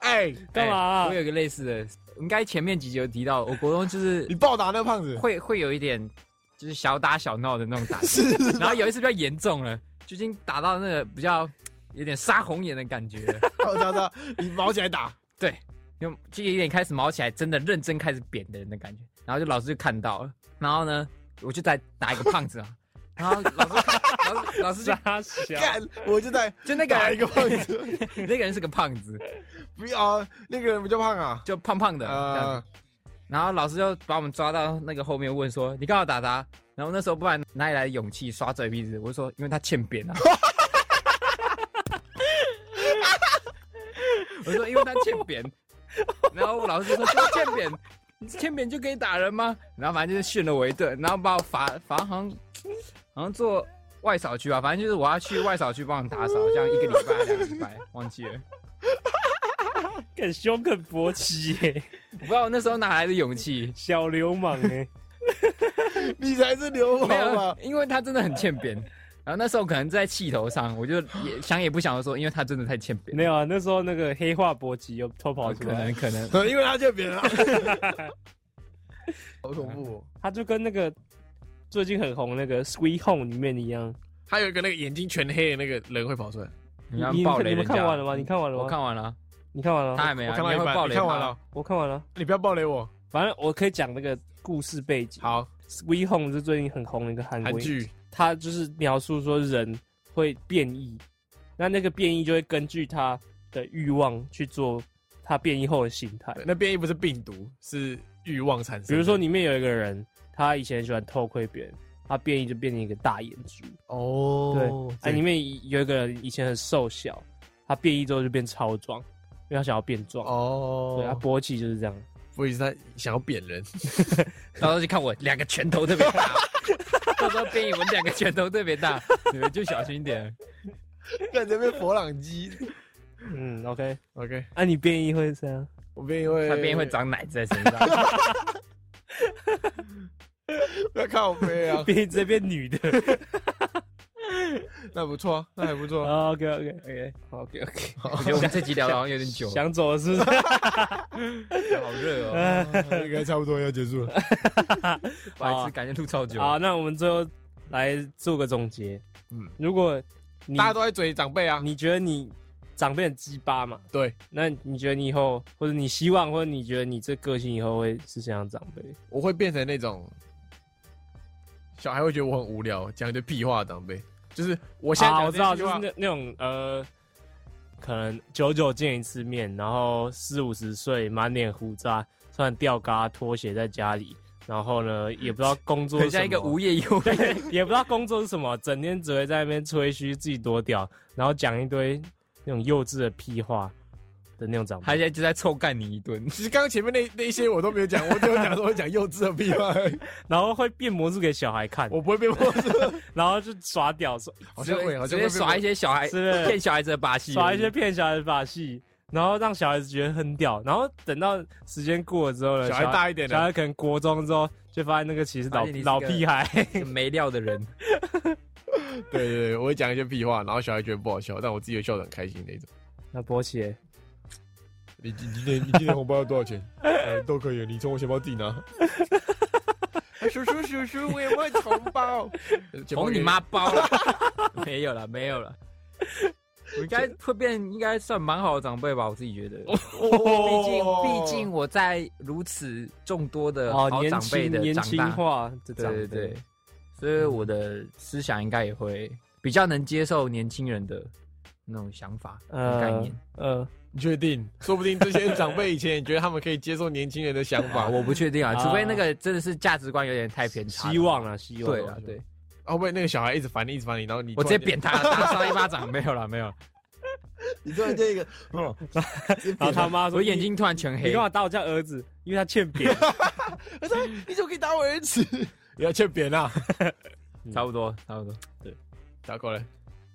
A: 哎，
B: 干嘛啊、
C: 我有一个类似的，应该前面几集有提到，我国中就是
A: 你 暴打那个胖子，
C: 会会有一点就是小打小闹的那种打架，
A: 是
C: 然后有一次比较严重了，就已经打到那个比较有点杀红眼的感觉了，
A: 我知道，你毛起来打，
C: 就就有点开始毛起来，真的认真开始扁的人的感觉。然后就老师就看到了，然后呢，我就在打一个胖子嘛，然后老师看老师 老师就
B: 傻小，
A: 干，我就在
C: 就那个
A: 打一个
C: 人
A: 胖子，
C: 那个人是个胖子，
A: 不要啊那个人比较胖啊，
C: 就胖胖的，这样子
A: 呃，
C: 然后老师就把我们抓到那个后面问说：“你干嘛打他？”然后那时候不然哪里来的勇气刷嘴皮子？我就说：“因为他欠扁啊。” 我说：“因为他欠扁。”然后老师就说：“就是欠扁，你欠扁就可以打人吗？”然后反正就是训了我一顿，然后把我罚罚好像好像做外扫区吧，反正就是我要去外扫区帮你打扫，这样一个礼拜两个礼拜忘记了。
B: 很凶，很勃起耶，
C: 我不知道我那时候哪来的勇气，
B: 小流氓 哎，
A: 你才是流
C: 没
A: 氓
C: 有
A: 吧，？
C: 因为他真的很欠扁。然后那时候可能在气头上，我就也想也不想说，因为他真的太欠扁。
B: 没有啊，啊那时候那个黑化勃起又偷跑
C: 哦，
B: 出
C: 可
B: 来
C: 能，可能
A: 因为他欠扁了，好恐怖、哦！
B: 他就跟那个最近很红那个《Sweet Home》里面一样，
A: 他有一个那个眼睛全黑的那个人会跑出来，
C: 你要
B: 你
C: 暴雷
B: 你
C: 人
B: 们
C: 家。嗯
B: 看完了吗？你看完了吗？
C: 我看完了，
B: 你看完了
C: 他
B: 吗，
C: 还没
A: 我
C: 啊。
A: 看到
C: 你
A: 一
C: 会
A: 半，
C: 暴
A: 你
C: 雷
A: 看完
C: 吗
A: 了，，
B: 我看完了。
A: 你不要暴雷我。
B: 反正我可以讲那个故事背景。
A: 好，
B: ，Sweet Home 是最近很红的一个韩
A: 韩
B: 国剧，
A: 剧
B: 它就是描述说人会变异，那那个变异就会根据他的欲望去做他变异后的形态。
A: 那变异不是病毒，是欲望产生的。
B: 比如说里面有一个人，他以前喜欢偷窥别人，他变异就变成一个大眼猪。
A: 哦，
B: 哎、里面有一个人以前很瘦小，他变异之后就变超壮，因为他想要变壮。对，啊他
A: 哦，
B: 勃起就是这样。
A: 不是他想要扁人，
C: 到时候就看我两个拳头特别 大，到时候变异我两个拳头特别大，你们就小心一 点。
A: 看这边佛朗机。
B: 嗯，OK，
A: OK，
B: 那、你变异会这样？，
A: 我变异会，
C: 他变异 会，长奶子在身上，
A: 不要看我背啊
B: 变异直接变女 的。
A: 那不错，啊那还不 错。
B: OK OK OK OK OK，
C: 我觉得我们这集聊的好像有点久，
B: 想呃走了是不是？
C: 好热哦，
A: 应该差不多要结束了。
C: 白痴，感觉录超久。
B: 好，那我们最后来做个总结。嗯
A: 嗯，
B: 如果你
A: 大家都在嘴长辈啊，
B: 你觉得你长辈很鸡巴嘛，
A: 对
B: 那你觉得你以后或者你希望或者你觉得你这个性以后会是什么样的长辈？
A: 我会变成那种小孩会觉得我很无聊，讲一堆屁话的长辈。就是我现在
B: 啊
A: 讲
B: 我知道，
A: 这
B: 就
A: 些
B: 是
A: 屁话
B: 那那种呃，可能久久见一次面，然后四五十岁，满脸胡渣，穿吊嘎拖鞋在家里，然后呢也不知道工作是
C: 很
B: 什
C: 像
B: 么，
C: 一个无业游民，
B: 也不知道工作是什么，整天只会在那边吹嘘自己多屌，然后讲一堆那种幼稚的屁话的那种长
C: 他
B: 辈
C: 现。在就在臭干你一顿。
A: 其实刚刚前面那那一些我都没有 讲，我只有讲说我讲幼稚的屁话而已，
B: 然后会变魔术给小孩看，
A: 我不会变魔术，
B: 然后就耍屌，耍
A: 好像会，好
C: 直
A: 像
C: 接
A: 会
C: 耍一
A: 些。
C: 些小孩
B: 是不是
C: 骗小孩子的把戏，
B: 耍一些骗小孩的把戏，然后让小孩子觉得很屌，然后等到时间过了之后呢，
A: 小孩大一点
B: 小
A: 了，
B: 孩可能国中之后就发现那个其实
C: 发
B: 老
C: 现你是
B: 老
C: 个
B: 屁孩，
C: 没料的人。
A: 对对对，我会讲一些屁话，然后小孩觉得不好笑，但我自己又笑得很开心那种。
B: 那波奇，
A: 你你今天你今天红包要多少 钱？呃都可以，你从我钱包自己拿。哎叔叔叔叔，我有没有红 包？
C: 捅你！妈 包了！没有了，没有了。我应该会变，应该算蛮好的长辈吧，我自己觉得。
B: 哦
A: 哦
C: 毕竟，哦毕竟我在如此众多的
B: 哦，
C: 呃好
B: 年
C: 长辈
B: 轻
C: 的
B: 年
C: 长
B: 轻
C: 大，
B: 化的长辈
C: 对对对，，所以我的思想应该也会比较能接受年轻人的那种想法、
B: 呃
C: 概念。
B: 呃，
A: 你确定？说不定这些长辈以前也觉得他们可以接受年轻人的想
C: 啊，
A: 法。
C: 我不确定啊，
B: 啊
C: 除非那个真的是价值观有点太偏差了。
B: 希望啊，希望
C: 对啊，对，
A: 啊，不，那个小孩一直烦你，一直烦你，然后你
C: 我直
A: 突
C: 接
A: 然间
C: 扁他，打他一巴掌，没有了，没有了。
A: 你突然间一个，嗯
B: 然后他妈说
C: 我眼。睛突然全
B: 你
C: 黑
B: 你干。嘛打我家儿子？因为他欠扁。
A: 他说你怎么可以打我儿子？你要欠扁啊！
C: 差不多，差不多。
A: 打过来，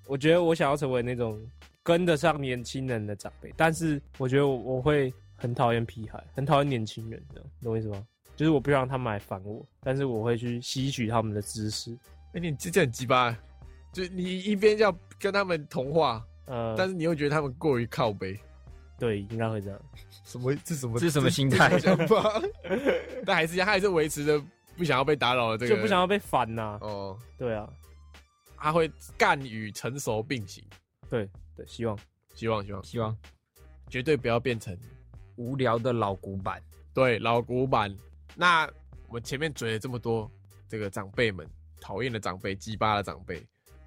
B: 我觉得我想要成为那种跟得上年轻人的长辈，但是我觉得我我会很讨厌屁孩，很讨厌年轻人，这样懂我意思吗？就是我不让他们来烦我，但是我会去吸取他们的知识。
A: 哎、你这这很鸡巴，就你一边要跟他们同化，
B: 呃，
A: 但是你又觉得他们过于靠北，
B: 对，应该会这样。
A: 什么这什么
C: 这是什么心态
A: 这 什么想法但还是他还是维持着不想要被打扰的这个，
B: 就不想要被烦呐、
A: 哦，
B: 对啊，
A: 他会干与成熟并行，
B: 对对，希望
A: 希望希望
C: 希望
A: 绝对不要变成
C: 无聊的老古板，
A: 对老古板。那我们前面嘴了这么多，这个长辈们讨厌的长辈，鸡巴的长辈，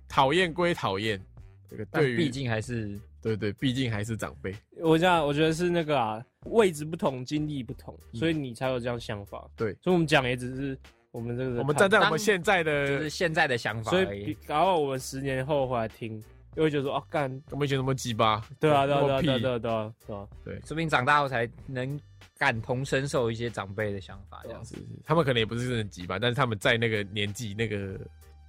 A: 讨厌归讨厌，这个
C: 但
A: 对于
C: 毕竟还是
A: 对对，毕竟还是长辈。
B: 我这样，我觉得是那个啊，位置不同，经历不同，所以你才有这样想法。
A: 嗯对
B: 所以我们讲也只是我们这个
A: 我们站在我
C: 当
A: 们现在
C: 就是
A: 的，
C: 现在的想法
B: 所以
C: 而已
B: 比，然后我们十年后回来听，又会觉得说哦，干，
A: 我们以前什么鸡巴？
B: 对啊，对啊，
A: 什
B: 对
A: 么
B: 啊，对啊，
A: 屁
B: 对啊，对啊，对啊，
C: 说不定长大后才能感同身受一些长辈的想法，这样
A: 是是他们可能也不是真的急吧，但是他们在那个年纪、那个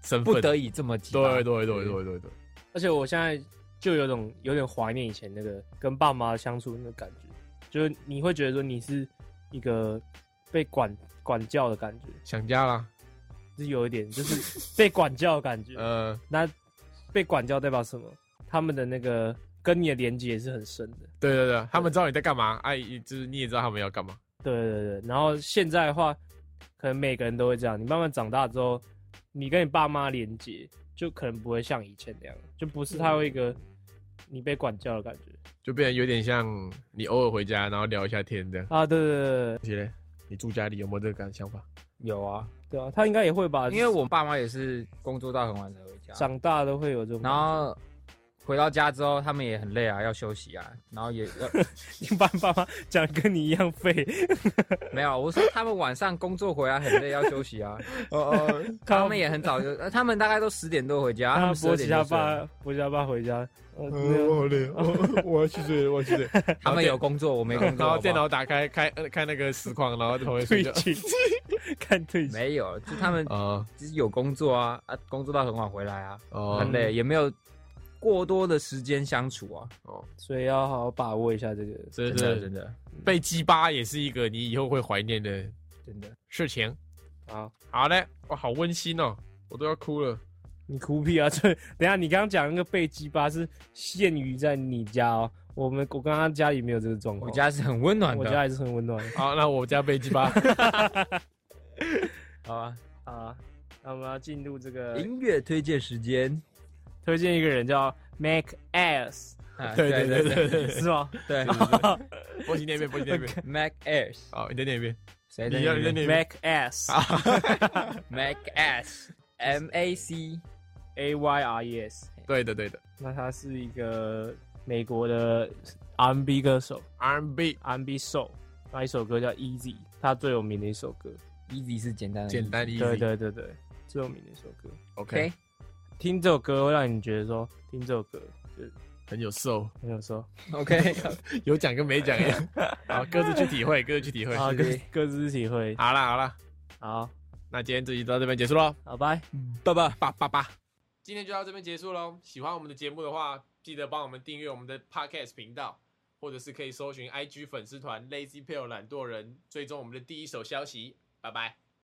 A: 身份，
C: 不得已这么急吧。
A: 对对对对对对对，
B: 而且我现在就有种有点怀念以前那个跟爸妈相处那个感觉，就是你会觉得说你是一个被管管教的感觉，
A: 想家啦。
B: 是有一点就是 被管教的感觉。
A: 呃，
B: 那被管教代表什么？他们的那个跟你的连接也是很深的。
A: 对对对，他们知道你在干嘛，哎、就是你也知道他们要干嘛。
B: 对对对，然后现在的话，可能每个人都会这样。你慢慢长大之后，你跟你爸妈连接就可能不会像以前那样，就不是他有一个你被管教的感觉
A: 就变得有点像你偶尔回家，然后聊一下天这样。
B: 啊！对对对对
A: 而且你住家里有没有这个感想法？
C: 有啊，
B: 对啊，他应该也会吧，
C: 因为我爸妈也是工作到很晚才回家，
B: 长大都会有这种。
C: 然后回到家之后，他们也很累啊，要休息啊，然后也要
B: 你爸爸妈讲跟你一样废，
C: 没有，啊我说他们晚上工作回来很累，要休息啊。
A: 哦哦，
C: 他们也很早就，呃他们大概都十点多回家，他
B: 然后
C: 们
B: 波
C: 十
B: 奇
C: 点
B: 他
C: 就睡了
B: 爸，波奇他爸回家，呃，
A: 好 累，我要去睡，我要 去睡。
C: 他们有工作，我没工作。
A: 然后
C: 好不好
A: 电脑打开，开呃看那个实况，然后在旁边睡觉。
B: 退 群，看退群，
C: 没有，就他们
A: 啊
C: 就是有工作啊啊，工作到很晚回来啊，
A: 哦
C: 很累，也没有过多的时间相处啊。
A: 哦，
B: 所以要好好把握一下这个。
A: 真
C: 真的
A: 的
C: 真的
A: 被鸡巴也是一个你以后会怀念的
C: 真的，
A: 事情。
B: 好，
A: 好嘞，哇，好温馨哦，我都要哭了。
B: 你哭屁啊！ 这等一下你刚刚讲那个被鸡巴是限于在你家哦，我们我刚刚家里没有这个状况，
C: 我家是很温暖
B: 我
C: 的。
B: 家还是很温暖的
A: 好，那我家被鸡 巴。
C: 好啊，
B: 好啊。那我们要进入这
A: 呃
B: 个
C: 音乐推荐时间。
B: 推荐一个人叫 Mac S，
C: 啊
A: 对对对对对，
B: 是吗
C: 对
A: 波奇那边，波奇那边。
C: ，Mac Airs，
A: 好，你在那边。
C: 谁
A: 你要你在那边。
B: ？Mac S
A: 啊
C: Mac S，M A C，
B: A Y R E S，
A: 对的，对的。
B: 那他是一个美国的 R&B 歌手
A: R&B
B: ，R&B Soul，那一首歌叫 Easy，他最有名的一首歌。
C: Easy 是简单的意思，
A: 简单
B: 对
A: easy。
B: 对对对，最有名的一首歌。
A: OK，
C: ，OK，
B: 听这首歌会让你觉得说，听这首歌就是
A: 很有 soul，
B: 很有说
C: OK，
A: 有讲跟没讲一 样。好，各自去体会，各自去体会。
B: 啊，
A: 好
B: 各 各自体会。
A: 啦，好啦，
B: 好，
A: 那今天这集到这边结束喽。
B: 好，拜。
A: 爸爸爸爸爸，今天就到这边结束喽。喜欢我们的节目的话，记得帮我们订阅我们的 Podcast 频道，或者是可以搜寻 IG 粉丝团 Lazy p a l e 懒惰人，追踪我们的第一手消息。拜拜。